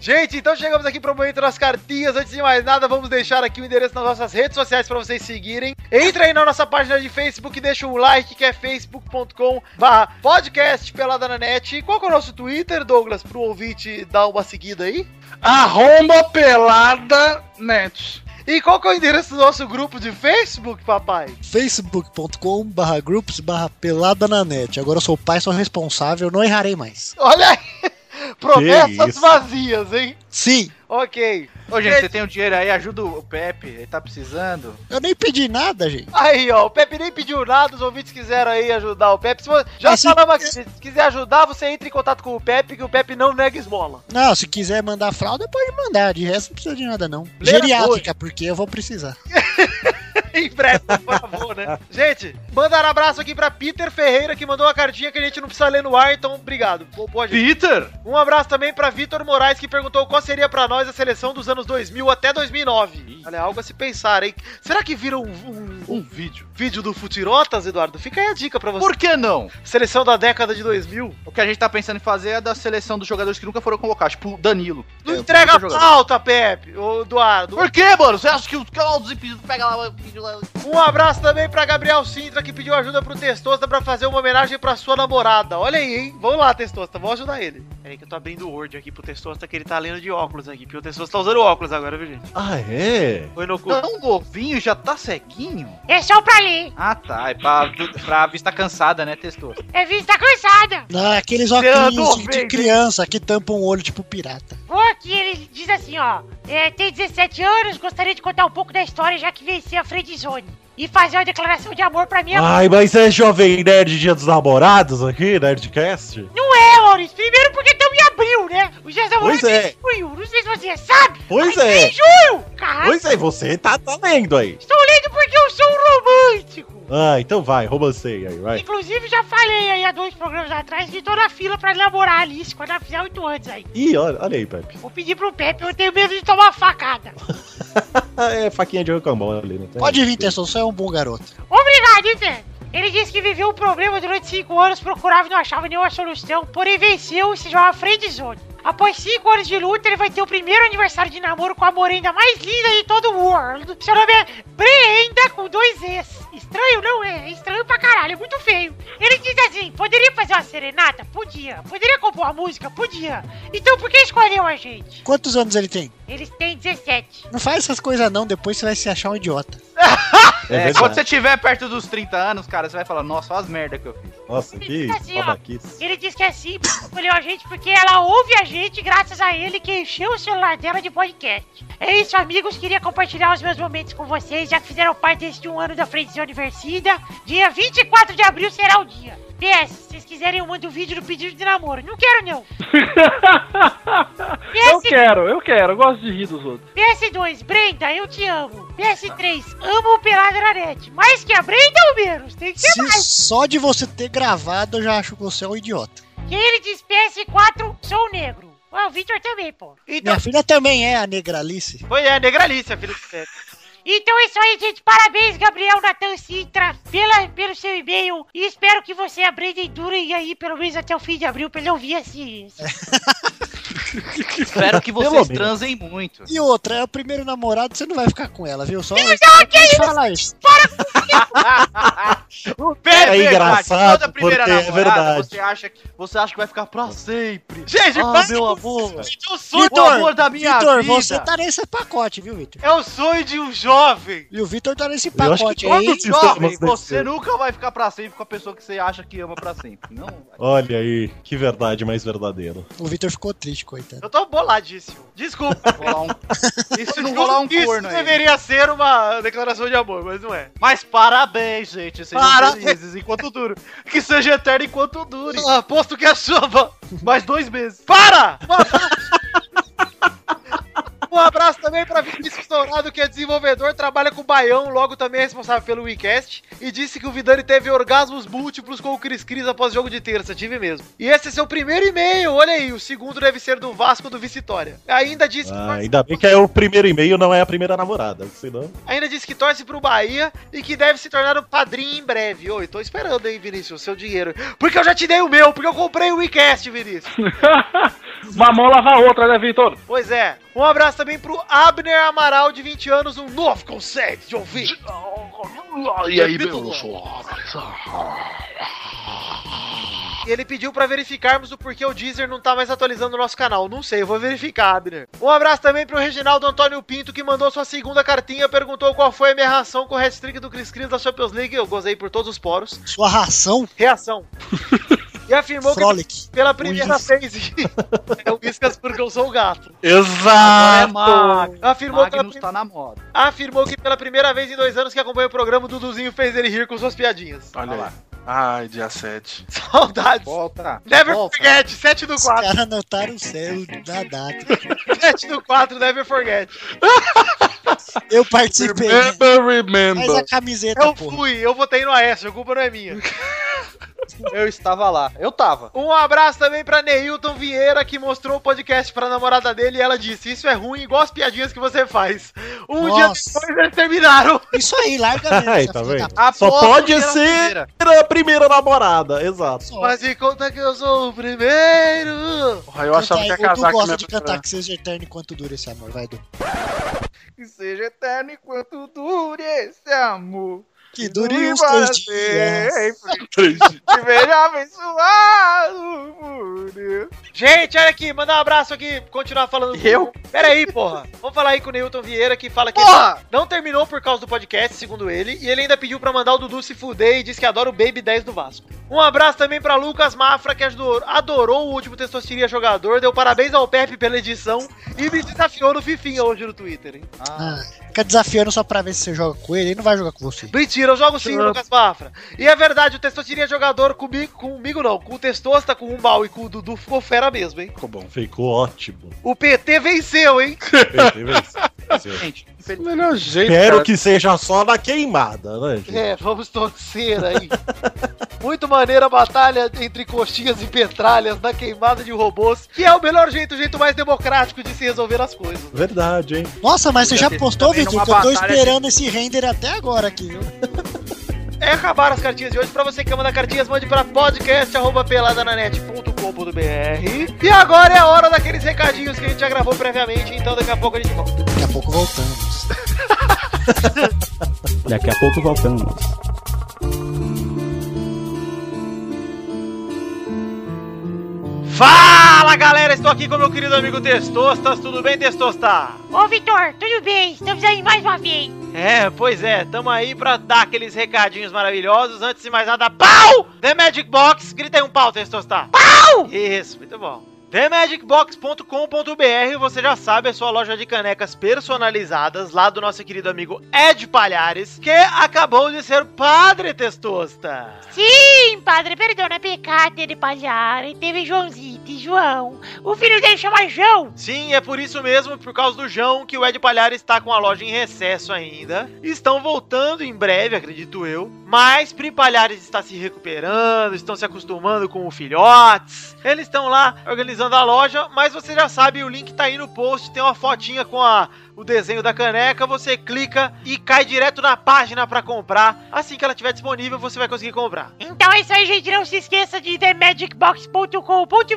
Speaker 4: Gente, então chegamos aqui pro momento das cartinhas. Antes de mais nada, vamos deixar aqui o endereço nas nossas redes sociais para vocês seguirem. Entra aí na nossa página de Facebook, deixa um like que é facebook.com podcast pelada na net. E Qual que é o nosso Twitter, Douglas, pro ouvinte dar uma seguida aí?
Speaker 7: Arromba pelada net.
Speaker 4: E qual que é o endereço do nosso grupo de Facebook, papai?
Speaker 5: facebook.com barra groups barra pelada na net. Agora eu sou o pai, sou responsável, não errarei mais.
Speaker 4: Olha aí! Promessas
Speaker 3: isso.
Speaker 4: vazias, hein?
Speaker 5: Sim,
Speaker 4: Ok.
Speaker 6: Ô, gente, você tem o dinheiro aí, ajuda o Pepe, ele tá precisando.
Speaker 5: eu nem pedi nada, gente.
Speaker 4: Aí, ó, o Pepe nem pediu nada, os ouvintes quiseram aí ajudar o Pepe. Se vo- já
Speaker 5: Mas se-
Speaker 4: falamos aqui, se quiser ajudar, você entra em contato com o Pepe, que o Pepe não
Speaker 5: <laughs>
Speaker 4: nega esmola.
Speaker 5: Não, se quiser mandar fralda, pode mandar. De resto, não precisa de nada, não.
Speaker 4: Leia
Speaker 5: Geriátrica, porque eu vou precisar.
Speaker 4: em breve, por favor, né? <laughs> Gente, mandar abraço aqui pra Peter Ferreira, que mandou uma cartinha que a gente não precisa ler no ar, então obrigado. Boa, boa, gente.
Speaker 6: Peter!
Speaker 4: Um abraço também pra Vitor Moraes, que perguntou qual seria pra nós a seleção dos anos 2000 até 2009. Olha, algo a se pensar, hein? Será que vira um, um- um
Speaker 6: Um vídeo.
Speaker 4: vídeo do Futirotas, Eduardo? Fica aí a dica pra você.
Speaker 6: Por que não?
Speaker 4: Seleção da década de 2000.
Speaker 6: O que a gente tá pensando em fazer é da seleção dos jogadores que nunca foram convocados, tipo o Danilo.
Speaker 4: Não
Speaker 6: É,
Speaker 4: entrega a
Speaker 6: nunca jogador.
Speaker 4: pauta, Pepe, ô Eduardo.
Speaker 6: Por que, mano? Você acha que os caras dos impedidos pegam lá o vídeo lá?
Speaker 4: Um abraço também pra Gabriel Sintra, que pediu ajuda pro Testosta pra fazer uma homenagem pra sua namorada. Olha aí, hein? Vamos lá, Testosta, vamos ajudar ele. Peraí que eu tô abrindo o Word aqui pro Testosta, que ele tá lendo de óculos aqui, porque o Testosta tá usando óculos agora, viu, gente?
Speaker 3: Ah, é?
Speaker 4: Foi no cu.
Speaker 6: Tão novinho, já tá ceguinho?
Speaker 8: É só pra ler.
Speaker 6: Ah, tá. É pra, pra vista cansada, né, testou?
Speaker 8: É vista cansada.
Speaker 5: Ah, aqueles
Speaker 4: Leandro,
Speaker 5: óculos
Speaker 4: vem,
Speaker 5: de criança que tampam um olho tipo pirata.
Speaker 8: Vou aqui, ele diz assim, ó. É, tem 17 anos, gostaria de contar um pouco da história, já que venci a Fredzone. E fazer uma declaração de amor pra minha
Speaker 3: Ai, mas é jovem nerd dia dos namorados aqui, Nerdcast?
Speaker 8: Não é, Maurício. Primeiro porque estamos em abril, né? Os dias da
Speaker 3: Pois
Speaker 8: mulher
Speaker 3: é.
Speaker 8: tem junho. Não sei se você sabe.
Speaker 3: Pois
Speaker 8: mas
Speaker 3: é.
Speaker 8: Tem junho. Caralho.
Speaker 3: Pois é, você tá, tá lendo aí.
Speaker 8: Estou lendo porque eu sou um romântico.
Speaker 3: Ah, então vai, romancei aí, vai.
Speaker 8: Inclusive, já falei aí há dois programas atrás que tô na fila pra namorar a Alice quando ela fizer oito anos aí.
Speaker 3: Ih, olha, olha aí, Pepe. <laughs>
Speaker 8: Vou pedir pro Pepe, eu tenho medo de tomar uma facada.
Speaker 3: Ah, é faquinha de rocambole ali, né?
Speaker 5: Pode vir, Tesson, você é um bom garoto.
Speaker 8: Obrigado, hein, Pepe? Ele disse que viveu um problema durante cinco anos, procurava e não achava nenhuma solução, porém venceu e se joga à frente zone. Após cinco anos de luta, ele vai ter o primeiro aniversário de namoro com a morena mais linda de todo o world. Seu nome é Breenda com dois Es. Estranho, não é? É Estranho pra caralho, é muito feio. Ele diz assim: poderia fazer uma serenata? Podia. Poderia compor uma música? Podia. Então por que escolheu a gente?
Speaker 5: Quantos anos ele tem?
Speaker 8: Eles têm 17.
Speaker 5: Não faz essas coisas não, depois você vai se achar um idiota.
Speaker 3: É
Speaker 6: É,
Speaker 3: verdade.
Speaker 6: quando você tiver perto dos 30 anos, cara, você vai falar, nossa, olha as merda que eu fiz.
Speaker 3: Nossa, que
Speaker 8: Assim, ó.
Speaker 3: babaquice.
Speaker 8: Ele disse que é simples, escolheu a gente porque ela ouve a gente graças a ele que encheu o celular dela de podcast. É isso, amigos. Queria compartilhar os meus momentos com vocês, já que fizeram parte deste um ano da Frente Universida. Dia 24 de abril será o dia. PS, se vocês quiserem, eu mando o vídeo do pedido de namoro. Não quero, não.
Speaker 7: <laughs> Eu quero, eu quero, eu gosto de rir dos outros.
Speaker 8: PS2, Brenda, eu te amo. PS3, amo o Pelada na net. Mais que a Brenda ou menos? Tem que ser
Speaker 5: Se
Speaker 8: mais.
Speaker 5: só de você ter gravado, eu já acho que você é um idiota.
Speaker 8: E ele diz PS4, sou negro. Ah, o Victor também, pô.
Speaker 6: Então-
Speaker 5: Minha filha também é a negralice.
Speaker 4: Pois é, negralice, filho do
Speaker 8: Então é isso aí, gente. Parabéns, Gabriel Natan Sintra, pela, pelo seu e-mail. E espero que você aprenda e dure aí, pelo menos até o fim de abril, pra ele ouvir assim.
Speaker 6: Espero <laughs> que
Speaker 3: Pelo
Speaker 6: vocês
Speaker 3: menos.
Speaker 6: transem muito.
Speaker 5: E outra, é o primeiro namorado, você não vai ficar com ela, viu? Só
Speaker 8: Meu Deus, que
Speaker 5: isso? falar isso.
Speaker 3: É engraçado,
Speaker 6: Toda primeira
Speaker 3: porque é
Speaker 6: namorada,
Speaker 3: verdade.
Speaker 6: Você acha, que, você acha que vai ficar pra sempre.
Speaker 4: Gente,
Speaker 6: ah,
Speaker 4: mas-
Speaker 6: meu amor.
Speaker 4: É o sonho,
Speaker 6: O amor da minha
Speaker 5: Vitor,
Speaker 6: vida.
Speaker 5: você tá nesse pacote, viu, Vitor?
Speaker 4: é o sonho de um jovem.
Speaker 5: E o Vitor tá nesse
Speaker 3: Eu acho que
Speaker 5: pacote aí.
Speaker 3: todos
Speaker 6: Jovem,
Speaker 3: estamos
Speaker 6: você
Speaker 3: nesse...
Speaker 6: nunca vai ficar pra sempre com a pessoa que você acha que ama pra sempre. Não vai.
Speaker 3: Olha aí, que verdade mais verdadeira.
Speaker 5: O Vitor ficou triste, coitado.
Speaker 4: Eu tô boladíssimo. Desculpa.
Speaker 6: Rolar um... E se não
Speaker 4: Juro
Speaker 6: rolar um
Speaker 4: que
Speaker 6: corno
Speaker 4: Isso
Speaker 6: aí?
Speaker 4: deveria ser uma declaração de amor, mas não é.
Speaker 6: Mas parabéns, gente. Sejam
Speaker 4: Parabéns.
Speaker 6: felizes enquanto dure. Que seja eterno enquanto dure.
Speaker 4: Ah, aposto que a chuva.
Speaker 6: Mais dois meses.
Speaker 4: Para! Um abraço. <laughs> Um abraço também para Vinícius Dourado, que é desenvolvedor, trabalha com o Baião, logo também é responsável pelo WeCast, e disse que o Vidani teve orgasmos múltiplos com o Cris Cris após o jogo de terça, tive mesmo. E esse é seu primeiro e-mail, olha aí, o segundo deve ser do Vasco do Vitória. Ainda disse que
Speaker 3: Ah, ainda bem que é o primeiro e-mail, não é a primeira namorada. Senão,
Speaker 4: Ainda disse que torce pro Bahia e que deve se tornar o padrinho em breve. Oi, tô esperando, hein, Vinícius, o seu dinheiro. Porque eu já te dei o meu, porque eu comprei o WeCast, Vinícius.
Speaker 7: Uma mão lava a outra, né, Vitor?
Speaker 4: Pois é. Um abraço também pro Abner Amaral, de 20 anos, um novo conceito de ouvir.
Speaker 1: E aí,
Speaker 4: Capítulo.
Speaker 1: meu senhores?
Speaker 4: E ele pediu pra verificarmos o porquê o Deezer não tá mais atualizando o nosso canal. Não sei, eu vou verificar, Abner. Um abraço também pro Reginaldo Antônio Pinto, que mandou sua segunda cartinha, perguntou qual foi a minha reação com o hat-trick do Chris Cris da Champions League. Eu gozei por todos os poros.
Speaker 5: Sua ração,
Speaker 1: <laughs>
Speaker 4: Reação. E afirmou que
Speaker 5: Frolic.
Speaker 4: pela primeira
Speaker 5: Ulisses.
Speaker 4: vez. <laughs> é o Whiskas porque eu sou o gato.
Speaker 6: Agora é
Speaker 7: Exato!
Speaker 6: Mag-
Speaker 4: Afirmou que,
Speaker 6: Magnus tá na moda.
Speaker 4: afirmou que pela primeira vez em dois anos que acompanha o programa, o Duduzinho fez ele rir com suas piadinhas.
Speaker 7: Olha lá. Ai, dia 7.
Speaker 4: <laughs> Saudades.
Speaker 6: Volta.
Speaker 4: Never
Speaker 6: Volta.
Speaker 4: forget, 7 do
Speaker 5: Os
Speaker 4: <laughs> 4.
Speaker 5: caras anotaram o céu da data.
Speaker 4: 7 do 4, never forget.
Speaker 5: Eu participei. né?
Speaker 7: Remember,
Speaker 5: Faz
Speaker 7: remember.
Speaker 5: a camiseta,
Speaker 4: Eu
Speaker 5: porra.
Speaker 4: fui, eu votei no Aécio, a culpa não é minha.
Speaker 6: Eu estava lá. Eu tava.
Speaker 4: Um abraço também pra Neilton Vieira, que mostrou o podcast pra namorada dele e ela disse: Isso é ruim, igual as piadinhas que você faz. Um
Speaker 5: Nossa.
Speaker 4: dia depois eles terminaram.
Speaker 5: Isso aí, larga mesmo.
Speaker 3: Ai,
Speaker 5: essa
Speaker 3: tá
Speaker 5: filha da
Speaker 3: vendo?
Speaker 5: p****.
Speaker 3: Só
Speaker 4: Aposto que
Speaker 3: pode
Speaker 4: era a
Speaker 3: ser
Speaker 4: primeira.
Speaker 3: é a primeira namorada, exato.
Speaker 4: Faz de conta que eu sou o primeiro.
Speaker 7: Porra, eu achava que ia
Speaker 5: Canta aí, ou tu
Speaker 7: casar com
Speaker 5: gosta
Speaker 7: minha
Speaker 5: de cantar
Speaker 7: primeira.
Speaker 5: que seja eterno enquanto dura esse amor, vai, Du.
Speaker 6: Que seja eterno enquanto dure esse amor.
Speaker 5: Que dure uns três dias.
Speaker 6: E veja abençoado por Deus.
Speaker 4: Gente, olha aqui, manda um abraço aqui, continuar falando. com-
Speaker 6: Eu?
Speaker 4: Pera aí, porra. Vamos falar aí com o Neilton Vieira, que fala que
Speaker 6: Porra!
Speaker 4: ele não terminou por causa do podcast, segundo ele, e ele ainda pediu pra mandar o Dudu se fuder e disse que adora o Baby 10 do Vasco. Um abraço também pra Lucas Mafra, que ajudou- adorou o último Testosteria Jogador, deu parabéns ao Pepe pela edição e me desafiou no Fifinha hoje no Twitter, hein?
Speaker 5: Ah, fica desafiando só pra ver se você joga com ele, ele não vai jogar com você.
Speaker 4: Mentira, eu jogo sim, Lucas Mafra. E é verdade, o Testosteria Jogador comigo, comigo não, com o Testosta, com o Mal e com o Dudu ficou fera mesmo, hein?
Speaker 7: Ficou bom.
Speaker 3: Ficou ótimo. é
Speaker 4: O PT venceu, hein?
Speaker 6: <laughs> Gente,
Speaker 7: O melhor jeito,
Speaker 3: Espero
Speaker 7: cara.
Speaker 3: que seja só na queimada, né, gente?
Speaker 4: É, vamos torcer aí. <laughs> Muito maneira a batalha entre coxinhas e petralhas na queimada de robôs, que é o melhor jeito, o jeito mais democrático de se resolver as coisas.
Speaker 3: Verdade, hein?
Speaker 5: Nossa, mas você já
Speaker 6: Também
Speaker 5: postou,
Speaker 6: numa
Speaker 5: Vitor? Que eu tô
Speaker 6: batalha
Speaker 5: esperando esse render até agora aqui, viu?
Speaker 4: É acabar as cartinhas de hoje. Pra você que manda cartinhas, mande pra podcast.peladananet.com.br. E agora é a hora daqueles recadinhos que a gente já gravou previamente, então daqui a pouco a gente volta.
Speaker 5: Daqui a pouco voltamos.
Speaker 11: Daqui a pouco voltamos.
Speaker 4: Fala galera, estou aqui com meu querido amigo Testostas, tudo bem Testosta?
Speaker 8: Ô, Vitor, tudo bem? Estamos aí mais uma vez.
Speaker 4: É, pois é, tamo aí pra dar aqueles recadinhos maravilhosos. Antes de mais nada, pau! The Magic Box, grita aí um pau, Testostar. Pau! Isso, muito bom. TheMagicBox.com.br, você já sabe, é sua loja de canecas personalizadas lá do nosso querido amigo Ed Palhares, que acabou de ser padre Testosta.
Speaker 8: Sim, padre, perdona, pecado de palhar. E teve Joãozito e João. O filho dele chama João.
Speaker 4: Sim, é por isso mesmo, por causa do João, que o Ed Palhares está com a loja em recesso ainda. Estão voltando em breve, acredito eu. Mas Pri Palhares está se recuperando, estão se acostumando com o filhotes. Eles estão lá organizando a loja, mas você já sabe, o link tá aí no post, tem uma fotinha com a o desenho da caneca, você clica e cai direto na página para comprar. Assim que ela estiver disponível, você vai conseguir comprar.
Speaker 8: Então é isso aí, gente. Não se esqueça de TheMagicBox.com.br, a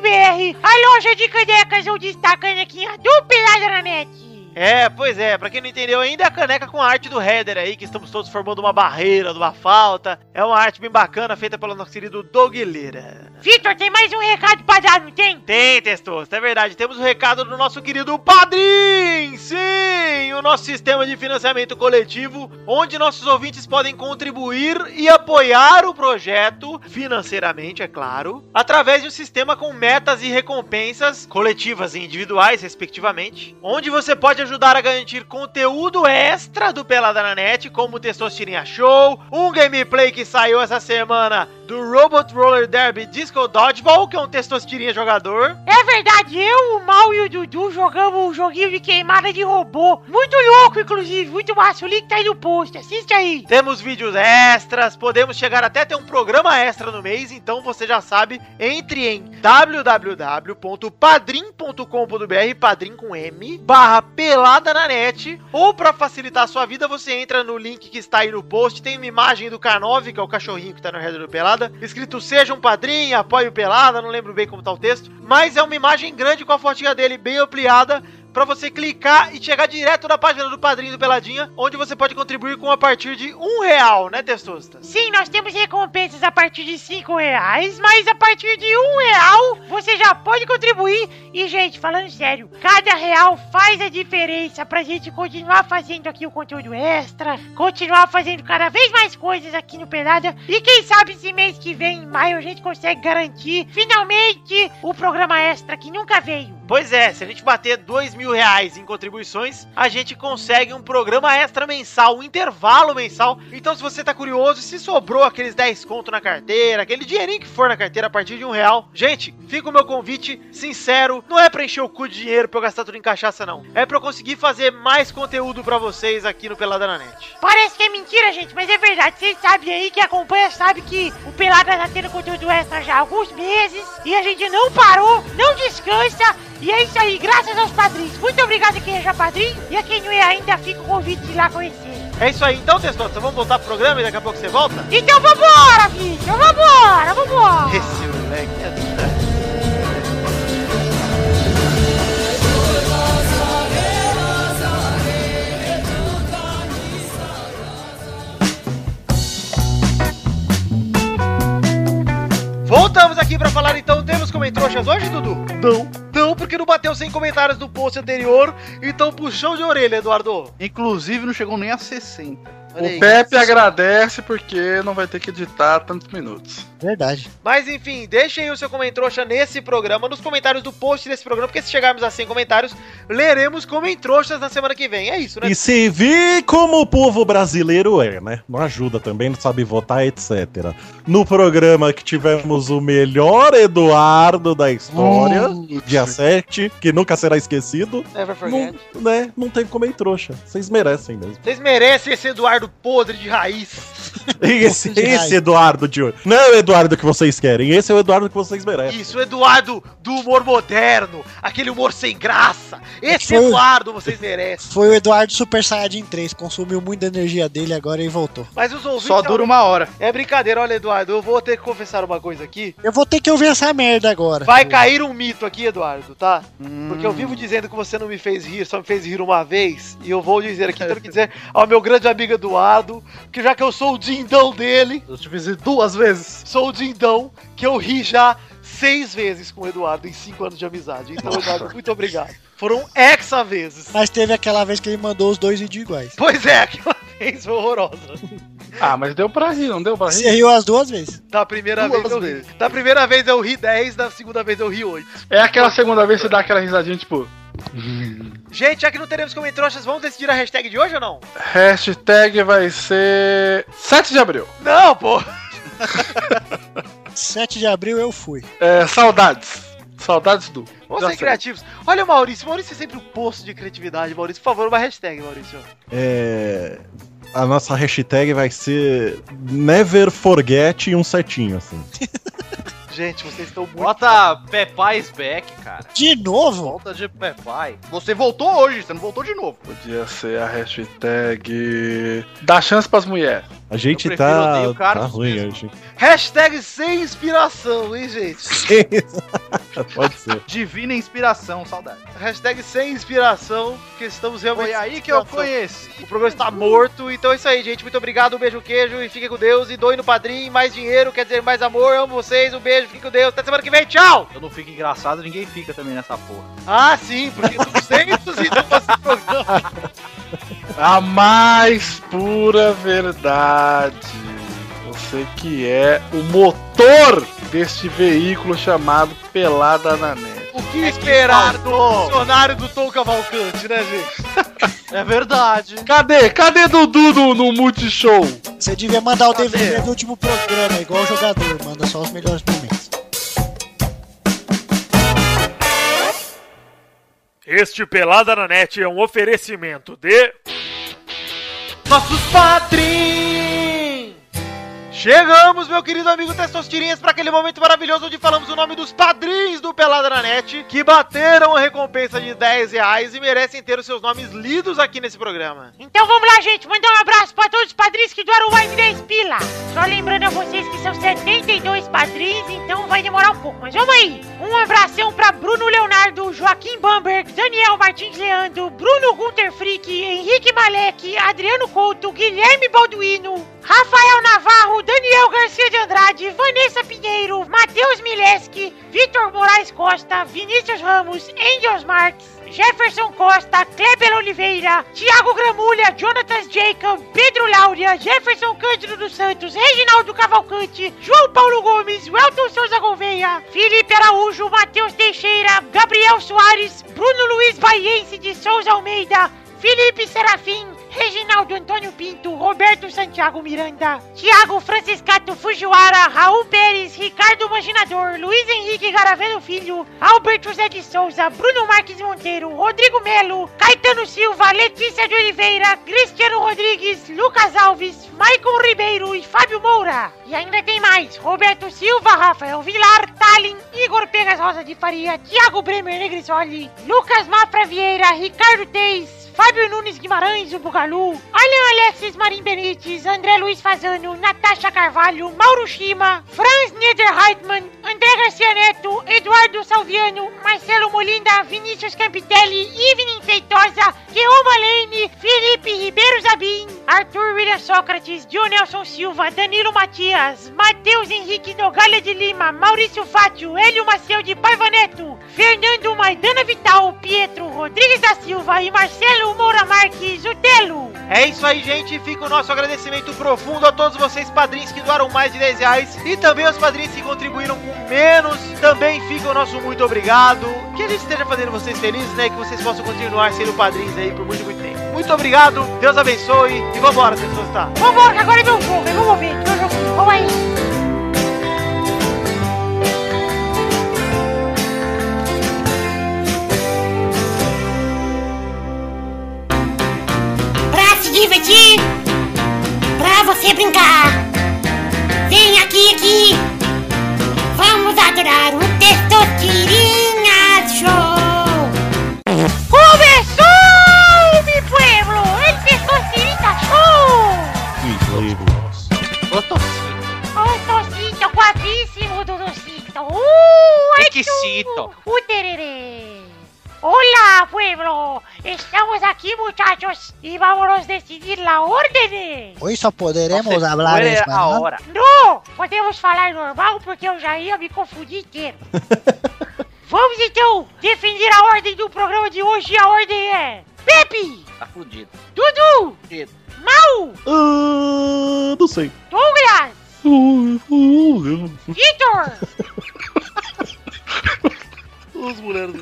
Speaker 8: loja de canecas onde está a canequinha do Pelada na net.
Speaker 4: É, pois é, pra quem não entendeu ainda, é a caneca com a arte do header aí, que estamos todos formando uma barreira, uma falta. É uma arte bem bacana, feita pelo nosso querido Doug Lira.
Speaker 8: Vitor, tem mais um recado pra dar, não tem?
Speaker 4: Tem, Testoso, é verdade. Temos o recado do nosso querido Padrim! Sim! O nosso sistema de financiamento coletivo, onde nossos ouvintes podem contribuir e apoiar o projeto, financeiramente, é claro, através de um sistema com metas e recompensas coletivas e individuais, respectivamente, onde você pode ajudar a garantir conteúdo extra do Pelada na Net, como o Testosterinha Show, um gameplay que saiu essa semana do Robot Roller Derby Disco Dodgeball, que é um Testosterinha jogador.
Speaker 8: É verdade, eu, o Mal e o Dudu jogamos um joguinho de queimada de robô. Muito louco, inclusive, muito massa. O link tá aí no post, assiste aí.
Speaker 4: Temos vídeos extras, podemos chegar até ter um programa extra no mês, então você já sabe, entre em www.padrim.com.br, padrim com M, barra pelada na net, ou para facilitar a sua vida, você entra no link que está aí no post, tem uma imagem do K9, que é o cachorrinho que tá no redor do Pelada, escrito seja um padrinho, apoie o Pelada, não lembro bem como tá o texto, mas é uma imagem grande com a fotinha dele bem ampliada, para você clicar e chegar direto na página do Padrinho do Peladinha, onde você pode contribuir com a partir de um real, né, Testosta?
Speaker 8: Sim, nós temos recompensas a partir de cinco reais, mas a partir de um real você já pode contribuir. E, gente, falando sério, cada real faz a diferença pra gente continuar fazendo aqui o conteúdo extra, continuar fazendo cada vez mais coisas aqui no Pelada. E quem sabe esse mês que vem, em maio, a gente consegue garantir finalmente o programa extra que nunca veio.
Speaker 4: Pois é, se a gente bater dois mil reais em contribuições, a gente consegue um programa extra mensal, um intervalo mensal. Então, se você tá curioso, se sobrou aqueles 10 conto na carteira, aquele dinheirinho que for na carteira a partir de um real, gente, fica o meu convite sincero. Não é pra encher o cu de dinheiro pra eu gastar tudo em cachaça, não. É pra eu conseguir fazer mais conteúdo pra vocês aqui no Pelada na Net.
Speaker 8: Parece que é mentira, gente, mas é verdade. Vocês sabem aí, quem acompanha sabe que o Pelada tá tendo conteúdo extra já há alguns meses e a gente não parou, não descansa. E é isso aí, graças aos padrinhos. Muito obrigado a quem é já padrinho e a quem não é ainda, fica o convite de ir lá conhecer.
Speaker 4: É isso aí, então, Testosta, vamos voltar pro programa e daqui a pouco você volta?
Speaker 8: Então vambora, Vitor, vambora, vambora.
Speaker 4: Esse moleque é doido. Voltamos aqui pra falar então, temos comentroxas hoje, Dudu? Não. Não, porque não bateu 100 comentários do post anterior, então puxão de orelha, Eduardo.
Speaker 6: Inclusive, não chegou nem a 60. Olha
Speaker 7: O
Speaker 6: aí.
Speaker 7: Pepe agradece porque não vai ter que editar tantos minutos.
Speaker 5: Verdade.
Speaker 4: Mas enfim, deixem aí o seu comentroxa nesse programa, nos comentários do post desse programa, porque se chegarmos a 100 comentários, leremos comentroxas na semana que vem. É isso, né?
Speaker 3: E se vê como o povo brasileiro é, né? Não ajuda também, não sabe votar, etc. No programa que tivemos o melhor Eduardo da história,
Speaker 6: Hum.
Speaker 3: dia 7, que nunca será esquecido,
Speaker 4: Never
Speaker 3: não, né? Não tem como trouxa. Vocês merecem
Speaker 6: <laughs>
Speaker 3: mesmo.
Speaker 4: Vocês merecem esse Eduardo podre de raiz.
Speaker 6: Tipo,
Speaker 3: E esse,
Speaker 5: de raiz.
Speaker 3: esse Eduardo de hoje. Não é o Eduardo que vocês querem, esse é o Eduardo que vocês merecem.
Speaker 4: Isso, o Eduardo do humor moderno, aquele humor sem graça. Esse
Speaker 6: um.
Speaker 5: Foi.
Speaker 4: Eduardo vocês merecem.
Speaker 5: Foi o Eduardo Super Saiyajin 3, consumiu muita energia dele agora e voltou.
Speaker 4: Mas os ouvintes.
Speaker 6: Só dura uma hora.
Speaker 4: É brincadeira, olha, Eduardo, eu vou ter que confessar uma coisa aqui.
Speaker 5: Eu vou ter que ouvir essa merda agora.
Speaker 4: Vai cair um mito aqui, Eduardo, tá? Porque eu vivo dizendo que você não me fez rir, só me fez rir uma vez. E eu vou dizer aqui, quero dizer ao meu grande amigo Eduardo, que já que eu sou o dindão dele,
Speaker 7: Eu te visitei duas vezes.
Speaker 4: sou o dindão, que eu ri já seis vezes com o Eduardo em cinco anos de amizade. Então, Eduardo, muito obrigado. Foram hexa vezes.
Speaker 5: Mas teve aquela vez que ele mandou os dois vídeos iguais.
Speaker 4: Pois é, aquela vez foi horrorosa.
Speaker 7: Ah, mas deu pra rir, não deu pra rir?
Speaker 5: Você riu as duas vezes.
Speaker 4: Da primeira
Speaker 2: Duas
Speaker 4: vez eu ri.
Speaker 2: vezes.
Speaker 4: Da primeira vez eu ri 10, da segunda vez eu ri 8.
Speaker 7: É aquela segunda vez que você dá aquela risadinha, tipo,
Speaker 4: Gente, já que não teremos comentroxas, vamos decidir a hashtag de hoje ou não?
Speaker 7: hashtag vai ser 7 de abril.
Speaker 4: Não, pô!
Speaker 5: 7 de abril eu fui.
Speaker 7: É, saudades. Saudades do.
Speaker 4: Vamos
Speaker 7: Já
Speaker 4: ser
Speaker 7: sei.
Speaker 4: criativos. Olha o Maurício, Maurício é sempre um poço de criatividade, Maurício. Por favor, uma hashtag, Maurício.
Speaker 3: É, a nossa hashtag vai ser Never Forget e um setinho, assim.
Speaker 4: Gente, vocês estão muito.
Speaker 6: Bota Pepais Back, cara.
Speaker 5: De novo?
Speaker 6: Volta de Pepai. Você voltou hoje, você não voltou de novo.
Speaker 7: Podia ser a hashtag. Dá chance pras mulheres.
Speaker 3: A gente
Speaker 6: prefiro
Speaker 3: tá,
Speaker 6: odeio Carlos
Speaker 3: tá ruim
Speaker 6: mesmo.
Speaker 3: hoje.
Speaker 4: Hashtag sem inspiração, hein, gente?
Speaker 3: <laughs> Pode ser.
Speaker 6: Divina inspiração, saudade.
Speaker 4: Hashtag sem inspiração, porque estamos realmente.
Speaker 6: Foi aí que eu
Speaker 4: sem inspiração.
Speaker 6: conheci.
Speaker 4: O programa está morto, então é isso aí, gente. Muito obrigado, um beijo, um queijo e fiquem com Deus. E doem no padrinho, mais dinheiro, quer dizer, mais amor. Amo vocês, um beijo, fiquem com Deus. Até semana que vem, tchau!
Speaker 6: Eu não fico engraçado, ninguém fica também nessa porra.
Speaker 4: Ah, sim, porque 212 programas.
Speaker 7: A mais pura verdade. Você que é o motor deste veículo chamado Pelada na Net.
Speaker 4: O É que esperar do funcionário do Tom Cavalcante, né, gente? É verdade.
Speaker 7: Cadê? Cadê Dudu no, no Multishow?
Speaker 5: Você devia mandar o
Speaker 4: Cadê?
Speaker 5: DVD do último programa, igual o jogador, manda só os melhores momentos.
Speaker 11: Este Pelada na Net é um oferecimento de.
Speaker 4: Nossos patrins! Chegamos, meu querido amigo Testosterinhas, para aquele momento maravilhoso onde falamos o nome dos padrinhos do Pelada na Net, que bateram a recompensa de 10 reais e merecem ter os seus nomes lidos aqui nesse programa.
Speaker 8: Então vamos lá, gente. Mandar um abraço pra todos os padrinhos que doaram mais 10 pila. Só lembrando a vocês que são 72 padrinhos, então vai demorar um pouco. Mas vamos aí. Um abração pra Bruno Leonardo, Joaquim Bamberg, Daniel Martins Leandro, Bruno Gunter Frick, Henrique Malek, Adriano Couto, Guilherme Balduino, Rafael Navarro, Daniel Garcia de Andrade, Vanessa Pinheiro, Matheus Mileski, Vitor Moraes Costa, Vinícius Ramos, Angels Marques, Jefferson Costa, Kleber Oliveira, Thiago Gramulha, Jonathan Jacob, Pedro Laura, Jefferson Cândido dos Santos, Reginaldo Cavalcante, João Paulo Gomes, Welton Souza Gouveia, Felipe Araújo, Matheus Teixeira, Gabriel Soares, Bruno Luiz Baiense de Souza Almeida, Felipe Serafim, Reginaldo Antônio Pinto, Roberto Santiago Miranda, Thiago Franciscato Fujiwara, Raul Pérez, Ricardo Maginador, Luiz Henrique Garaveno Filho, Alberto José de Souza, Bruno Marques Monteiro, Rodrigo Melo, Caetano Silva, Letícia de Oliveira, Cristiano Rodrigues, Lucas Alves, Maicon Ribeiro e Fábio Moura. E ainda tem mais: Roberto Silva, Rafael Vilar, Tallin, Igor Pegas Rosa de Faria, Thiago Bremer Negrisoli, Lucas Mafra Vieira, Ricardo Teis, Fábio Nunes Guimarães, o Bugalu, Alan Alexis Marim Benites, André Luiz Fazano, Natasha Carvalho, Mauro Shima, Franz Niederreitmann, André Garcia Neto, Eduardo Salviano, Marcelo Molinda, Vinícius Campitelli, Evelyn Feitosa, Guilherme Lane, Felipe Ribeiro Zabim, Arthur William Sócrates, John Nelson Silva, Danilo Matias, Matheus Henrique Nogalha de Lima, Maurício Fátio, Hélio Maciel de Paiva Neto, Fernando Maidana Vital, Pietro Rodrigues da Silva e Marcelo Moura Marques Utelo.
Speaker 4: É isso aí, gente. Fica o nosso agradecimento profundo a todos vocês, padrinhos que doaram mais de 10 reais e também aos padrinhos que contribuíram com menos. Também fica o nosso muito obrigado. Que a gente esteja fazendo vocês felizes, né? E que vocês possam continuar sendo padrinhos aí por muito, muito tempo. Muito obrigado, Deus abençoe e vambora, tá? vocês gostaram.
Speaker 8: Vambora, que agora é meu jogo, é meu momento, meu jogo. Vamos aí. Pra se divertir, pra você brincar, vem aqui, aqui. Vamos adorar o texto Tirinha Show. Começou, mi pueblo, el Testosterinha Show. Ô, Tocito, guapíssimo do Tocito. Uh, ai,
Speaker 6: Chiquicito.
Speaker 8: tu, O tererê. Olá, pueblo! Estamos aquí, muchachos, y vámonos a decidir la orden!
Speaker 5: Hoy só poderemos né? hablar em espanhol.
Speaker 8: Não! Podemos falar normal porque eu já ia me confundir inteiro. Vamos então definir a ordem do programa de hoje. A ordem é. Pepe!
Speaker 9: Tá fudido.
Speaker 8: Dudu! Mal!
Speaker 3: Ah, não sei.
Speaker 8: Douglas!
Speaker 3: Uh, uh, eu-
Speaker 8: Vitor!
Speaker 2: Os mulheres.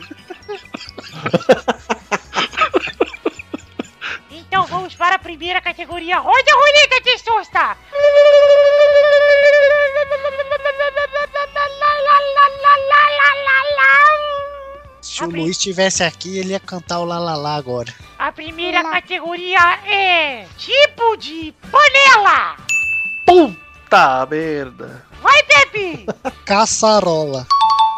Speaker 8: Então vamos para a primeira categoria. Roda a roleta, testosta!
Speaker 5: Se o Luiz estivesse aqui, ele ia cantar o Lalalá agora.
Speaker 8: A primeira categoria é. Tipo de panela!
Speaker 4: Puta merda.
Speaker 8: Vai, Pepe!
Speaker 5: Caçarola.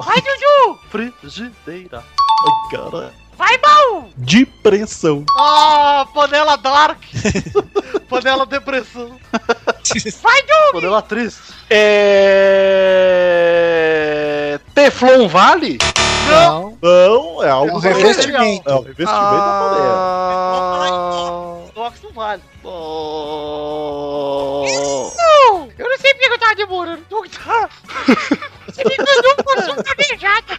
Speaker 8: Vai, Dudu!
Speaker 4: Frigideira.
Speaker 3: Ai, cara.
Speaker 8: Vai, Mal!
Speaker 3: De pressão.
Speaker 4: Ah, panela dark. panela depressão.
Speaker 8: Vai, Doug.
Speaker 4: Panela triste. É... Teflon Vale?
Speaker 5: Não.
Speaker 3: Não, é algo.
Speaker 4: É um
Speaker 3: da-
Speaker 4: revestimento.
Speaker 3: É um revestimento da panela.
Speaker 4: Ah...
Speaker 8: Dox não vale.
Speaker 4: Oh...
Speaker 8: Não! Eu não sei porque eu tava demorando. Doug tá. Você me mandou um porção planejada.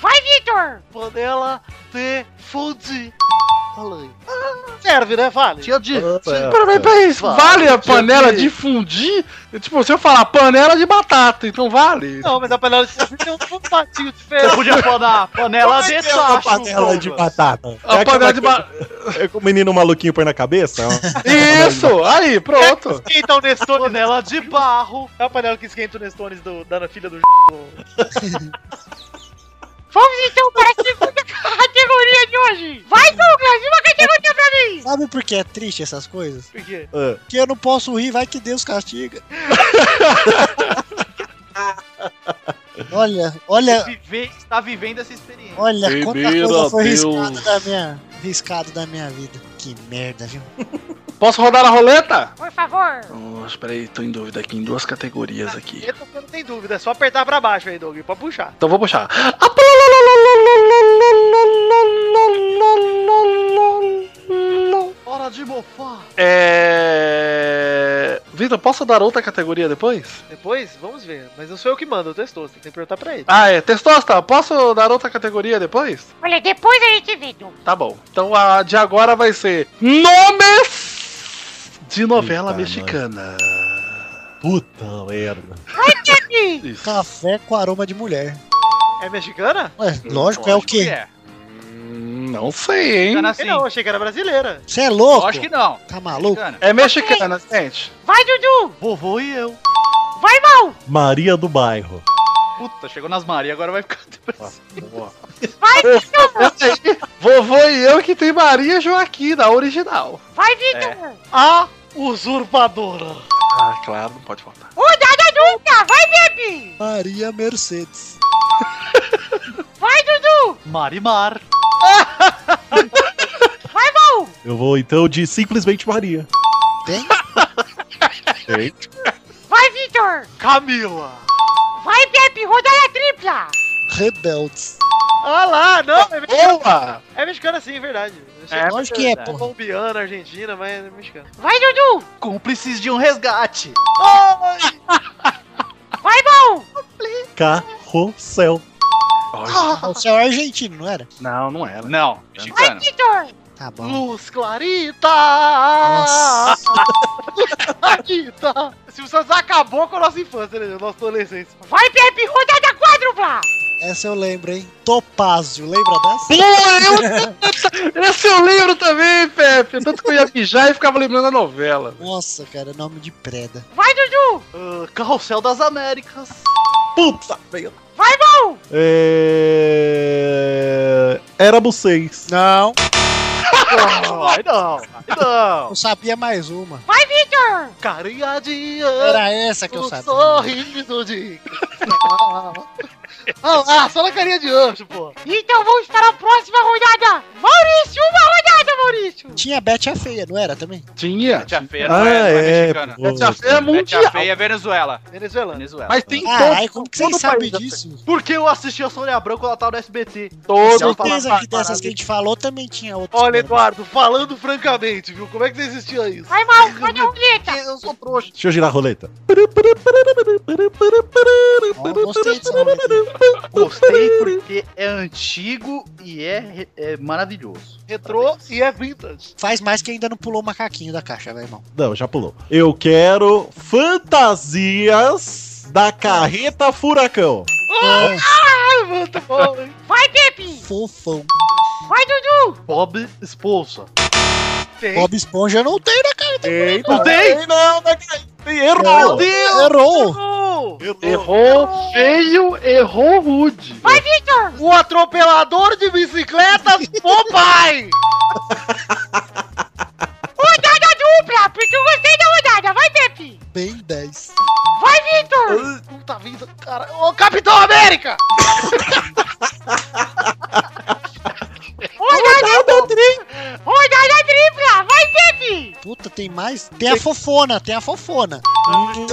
Speaker 8: Vai, Vitor!
Speaker 4: Panela de fundi. Serve, né? Vale. Tinha de.
Speaker 3: É
Speaker 7: Peraí, peraí, peraí, vale a
Speaker 4: é
Speaker 7: panela de fundir? Tipo, se eu falar panela de batata, então vale.
Speaker 4: Não, mas a panela de fundi tem um patinho diferente. é
Speaker 6: Você podia falar panela de
Speaker 3: A
Speaker 6: sacho.
Speaker 3: panela de batata.
Speaker 7: A
Speaker 3: É
Speaker 7: panela
Speaker 3: aquela
Speaker 7: de
Speaker 3: que- É que o menino maluquinho põe na cabeça?
Speaker 7: Isso, aí, pronto.
Speaker 4: Esquenta o Nestone. Panela de barro. É a panela que esquenta o Nestones do, da filha do...
Speaker 8: Vamos então para a segunda categoria de hoje. Vai, Douglas! Uma categoria pra mim!
Speaker 5: Sabe por que é triste essas coisas?
Speaker 4: Por quê?
Speaker 5: Porque eu não posso rir, vai que Deus <laughs> castiga. olha, olha,
Speaker 6: Viver, está vivendo essa experiência.
Speaker 5: olha quanta coisa foi
Speaker 7: Deus.
Speaker 5: riscada da minha, riscado da minha vida. Que merda, viu?
Speaker 7: Posso rodar a roleta?
Speaker 8: Por favor!
Speaker 7: Nossa, peraí, tô em dúvida aqui, em duas categorias Tá aqui.
Speaker 4: Eita, você não tem dúvida, é só apertar pra baixo aí, Doug, pra puxar.
Speaker 7: Então vou puxar.
Speaker 4: Hora de mofar.
Speaker 7: É. Vitor, posso dar outra categoria depois?
Speaker 4: Depois, vamos ver. Mas não sou eu que mando, eu testou, você tem que perguntar pra ele.
Speaker 7: Ah, é. Testosta, posso dar outra categoria depois?
Speaker 8: Olha, depois a gente vê, Doug.
Speaker 7: Tá bom. Então a de agora vai ser Nomes de novela
Speaker 3: Eita,
Speaker 7: mexicana.
Speaker 3: <laughs> Puta merda.
Speaker 8: Vai, Pepe!
Speaker 7: Isso.
Speaker 5: Café com aroma de mulher.
Speaker 4: É mexicana?
Speaker 5: Ué, lógico, é o quê?
Speaker 6: É.
Speaker 7: Hum, Não sei, hein?
Speaker 6: Mexicana
Speaker 4: Eu
Speaker 6: sim.
Speaker 4: Não, achei que era brasileira.
Speaker 5: Você é louco?
Speaker 6: Lógico que não.
Speaker 5: Tá maluco?
Speaker 6: Mexicana.
Speaker 7: É mexicana, gente.
Speaker 8: Vai, Dudu!
Speaker 4: Vovô e eu.
Speaker 8: Vai, Mal!
Speaker 3: Maria do bairro.
Speaker 6: Puta, chegou nas Maria, agora vai ficar depressivo.
Speaker 7: <laughs>
Speaker 8: Vai, Vitor!
Speaker 7: Vovô e eu que tem Maria Joaquina, a original.
Speaker 8: Vai, Vitor!
Speaker 4: A usurpadora.
Speaker 7: Ah, claro, não pode faltar.
Speaker 8: Rodada adulta! Vai, Pepe!
Speaker 5: Maria Mercedes.
Speaker 8: Vai, Dudu!
Speaker 4: Marimar.
Speaker 8: Vai, Mal!
Speaker 3: Eu vou então de simplesmente Maria.
Speaker 5: Tem?
Speaker 3: Gente.
Speaker 8: Vai, Vitor!
Speaker 4: Camila.
Speaker 8: Vai, Pepe! Rodada tripla!
Speaker 5: Rebeldes.
Speaker 4: Ah lá, não, é mexicana,
Speaker 7: Boa!
Speaker 4: é mexicana sim, é verdade. Eu achei
Speaker 5: Lógico que é, porra.
Speaker 4: Colombiana, argentina, mas é mexicana.
Speaker 8: Vai, Dudu!
Speaker 6: Cúmplices de um resgate.
Speaker 8: Vai, Mal!
Speaker 3: Carrossel.
Speaker 5: O céu é argentino, não era?
Speaker 7: Não, não é, né? era.
Speaker 6: Não,
Speaker 8: Vai,
Speaker 6: mexicana.
Speaker 8: Vitor!
Speaker 5: Tá bom.
Speaker 4: Luz Clarita.
Speaker 5: Nossa.
Speaker 4: Clarita. Silvio Santos acabou com a nossa infância, né? Nossa adolescência.
Speaker 8: Vai, Pepe! Rodada quádrupla!
Speaker 5: Essa eu lembro, hein? Topázio, lembra dessa?
Speaker 7: Esse eu lembro também, Pepe. Tanto que eu ia mijar e ficava lembrando da novela.
Speaker 5: Nossa, cara, nome de preda.
Speaker 8: Vai, Dudu!
Speaker 4: Ah, Carrossel das Américas.
Speaker 3: Puta merda.
Speaker 8: Vai, Mal!
Speaker 3: É... Éramos seis.
Speaker 5: Não.
Speaker 4: Não, aí não, aí não.
Speaker 5: Eu sabia mais uma.
Speaker 8: Vai, Vitor!
Speaker 4: Carinha de
Speaker 5: Era essa que eu
Speaker 4: anjo,
Speaker 5: sabia.
Speaker 4: sorriso de... Ah, ah, só na carinha de anjo, pô.
Speaker 8: Então vamos para a próxima rodada! Maurício, uma rodada, Maurício!
Speaker 5: tinha a Bete a Feia, não era também?
Speaker 7: Tinha.
Speaker 6: Bete a feia
Speaker 3: Ah,
Speaker 6: não é, não é, mexicana.
Speaker 7: Bete a Feia é
Speaker 6: Bete a
Speaker 7: Ah, mundial.
Speaker 6: feia é Venezuela.
Speaker 4: Venezuela.
Speaker 6: Venezuela.
Speaker 7: Mas tem
Speaker 5: Caralho, como que
Speaker 7: todo
Speaker 5: vocês sabem
Speaker 7: país
Speaker 5: disso?
Speaker 6: Porque eu assisti a Sônia Branco,
Speaker 4: tá
Speaker 6: ela tava no SBT.
Speaker 5: Com
Speaker 7: Todo
Speaker 5: certeza que dessas que a gente falou também tinha outras.
Speaker 4: Olha, Eduardo, falando francamente, viu? Como é que você assistia isso?
Speaker 8: Vai, mal, cadê a roleta?
Speaker 4: Eu sou trouxa.
Speaker 3: Deixa eu girar a roleta.
Speaker 5: gostei dessa música.
Speaker 6: Gostei porque é antigo e é, re- é maravilhoso.
Speaker 4: Retrô e é vintage.
Speaker 5: Faz mais que ainda não pulou o macaquinho da caixa, velho, irmão.
Speaker 3: Não, já pulou. Eu quero fantasias da carreta furacão.
Speaker 4: Ah, mano, tá bom, hein?
Speaker 8: Vai, Pepe!
Speaker 5: Fofão.
Speaker 8: Vai, Dudu!
Speaker 6: Bob Expulsa.
Speaker 4: Tem.
Speaker 5: Bob Esponja não tem né? na cara.
Speaker 3: Não tem? Não, não tem. Errou.
Speaker 5: Errou.
Speaker 4: Oh,
Speaker 7: Errou feio, errou rude.
Speaker 8: Vai, Victor!
Speaker 4: o atropelador de bicicletas, Popeye!
Speaker 8: Rodada dupla, porque eu gostei da rodada. Vai, Pepe!
Speaker 5: Bem 10.
Speaker 8: Vai, Victor!
Speaker 4: Não tá vindo, cara. Ô, Capitão América!
Speaker 8: Rodada dupla! Rodada tripla! Vai, Pepe!
Speaker 5: Puta, tem mais? Tem a fofona, tem a fofona.
Speaker 4: Fofona.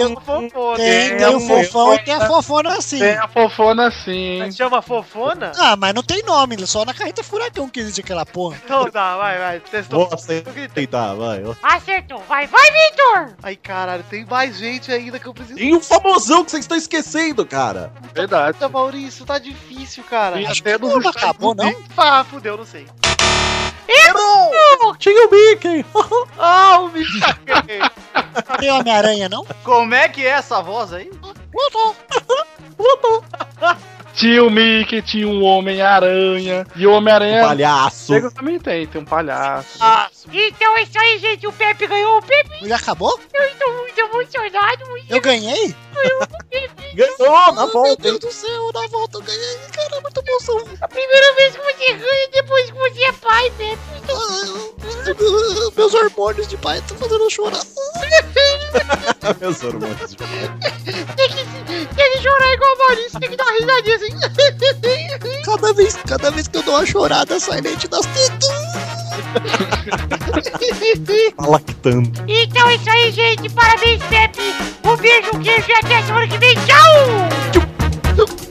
Speaker 5: Tem, tem um o fofão e tem a fofona assim.
Speaker 7: Tem a fofona assim.
Speaker 4: Mas Chama fofona?
Speaker 5: Ah, mas não tem nome, só na carreta furacão que existe aquela porra.
Speaker 4: Então tá, vai, vai.
Speaker 3: Vou
Speaker 4: Testou.
Speaker 3: aceitar, tá, vai.
Speaker 8: Acertou! Vai, vai, Victor!
Speaker 4: Ai, caralho, tem mais gente ainda que eu preciso.
Speaker 3: E o um famosão que vocês estão esquecendo, cara.
Speaker 7: Verdade.
Speaker 4: Puta, Maurício, tá difícil, cara.
Speaker 7: Sim.
Speaker 5: Acho
Speaker 7: até
Speaker 5: que
Speaker 7: no
Speaker 5: não
Speaker 7: Justiça
Speaker 5: acabou, não.
Speaker 4: Ah, fudeu, não sei.
Speaker 3: Tinha o Mickey.
Speaker 4: Ah, o bicho. caguei.
Speaker 5: Tem Homem-Aranha, não?
Speaker 6: Como é que é essa voz aí?
Speaker 7: Tinha o Mickey, tinha um Homem-Aranha. E o
Speaker 6: É.
Speaker 3: O
Speaker 7: Homem-Aranha.
Speaker 3: Um palhaço.
Speaker 7: Negro também tem, tem um palhaço.
Speaker 8: Então é isso aí, gente. O Pepe ganhou. O Pepe,
Speaker 5: Já acabou?
Speaker 8: eu estou muito emocionado. Muito
Speaker 5: Eu ganhei?
Speaker 3: Ganhou
Speaker 5: Tá
Speaker 3: na volta.
Speaker 5: Meu Deus do céu, na volta eu ganhei. Cara, é muito emoção.
Speaker 8: A primeira vez que você ganha, depois que você é pai, Pepe. Muito...
Speaker 5: Ah, Meus hormônios de pai estão fazendo eu chorar.
Speaker 3: Meus hormônios.
Speaker 8: Tem que, tem que chorar igual o Maurício. Tem que dar uma risadinha assim. <laughs>
Speaker 5: Cada vez, cada vez que eu dou uma chorada, sai leite das tetas.
Speaker 3: Tá lactando.
Speaker 8: Então é isso aí, gente. Parabéns, Pepe. Um beijo, um queijo e até semana que vem. Tchau!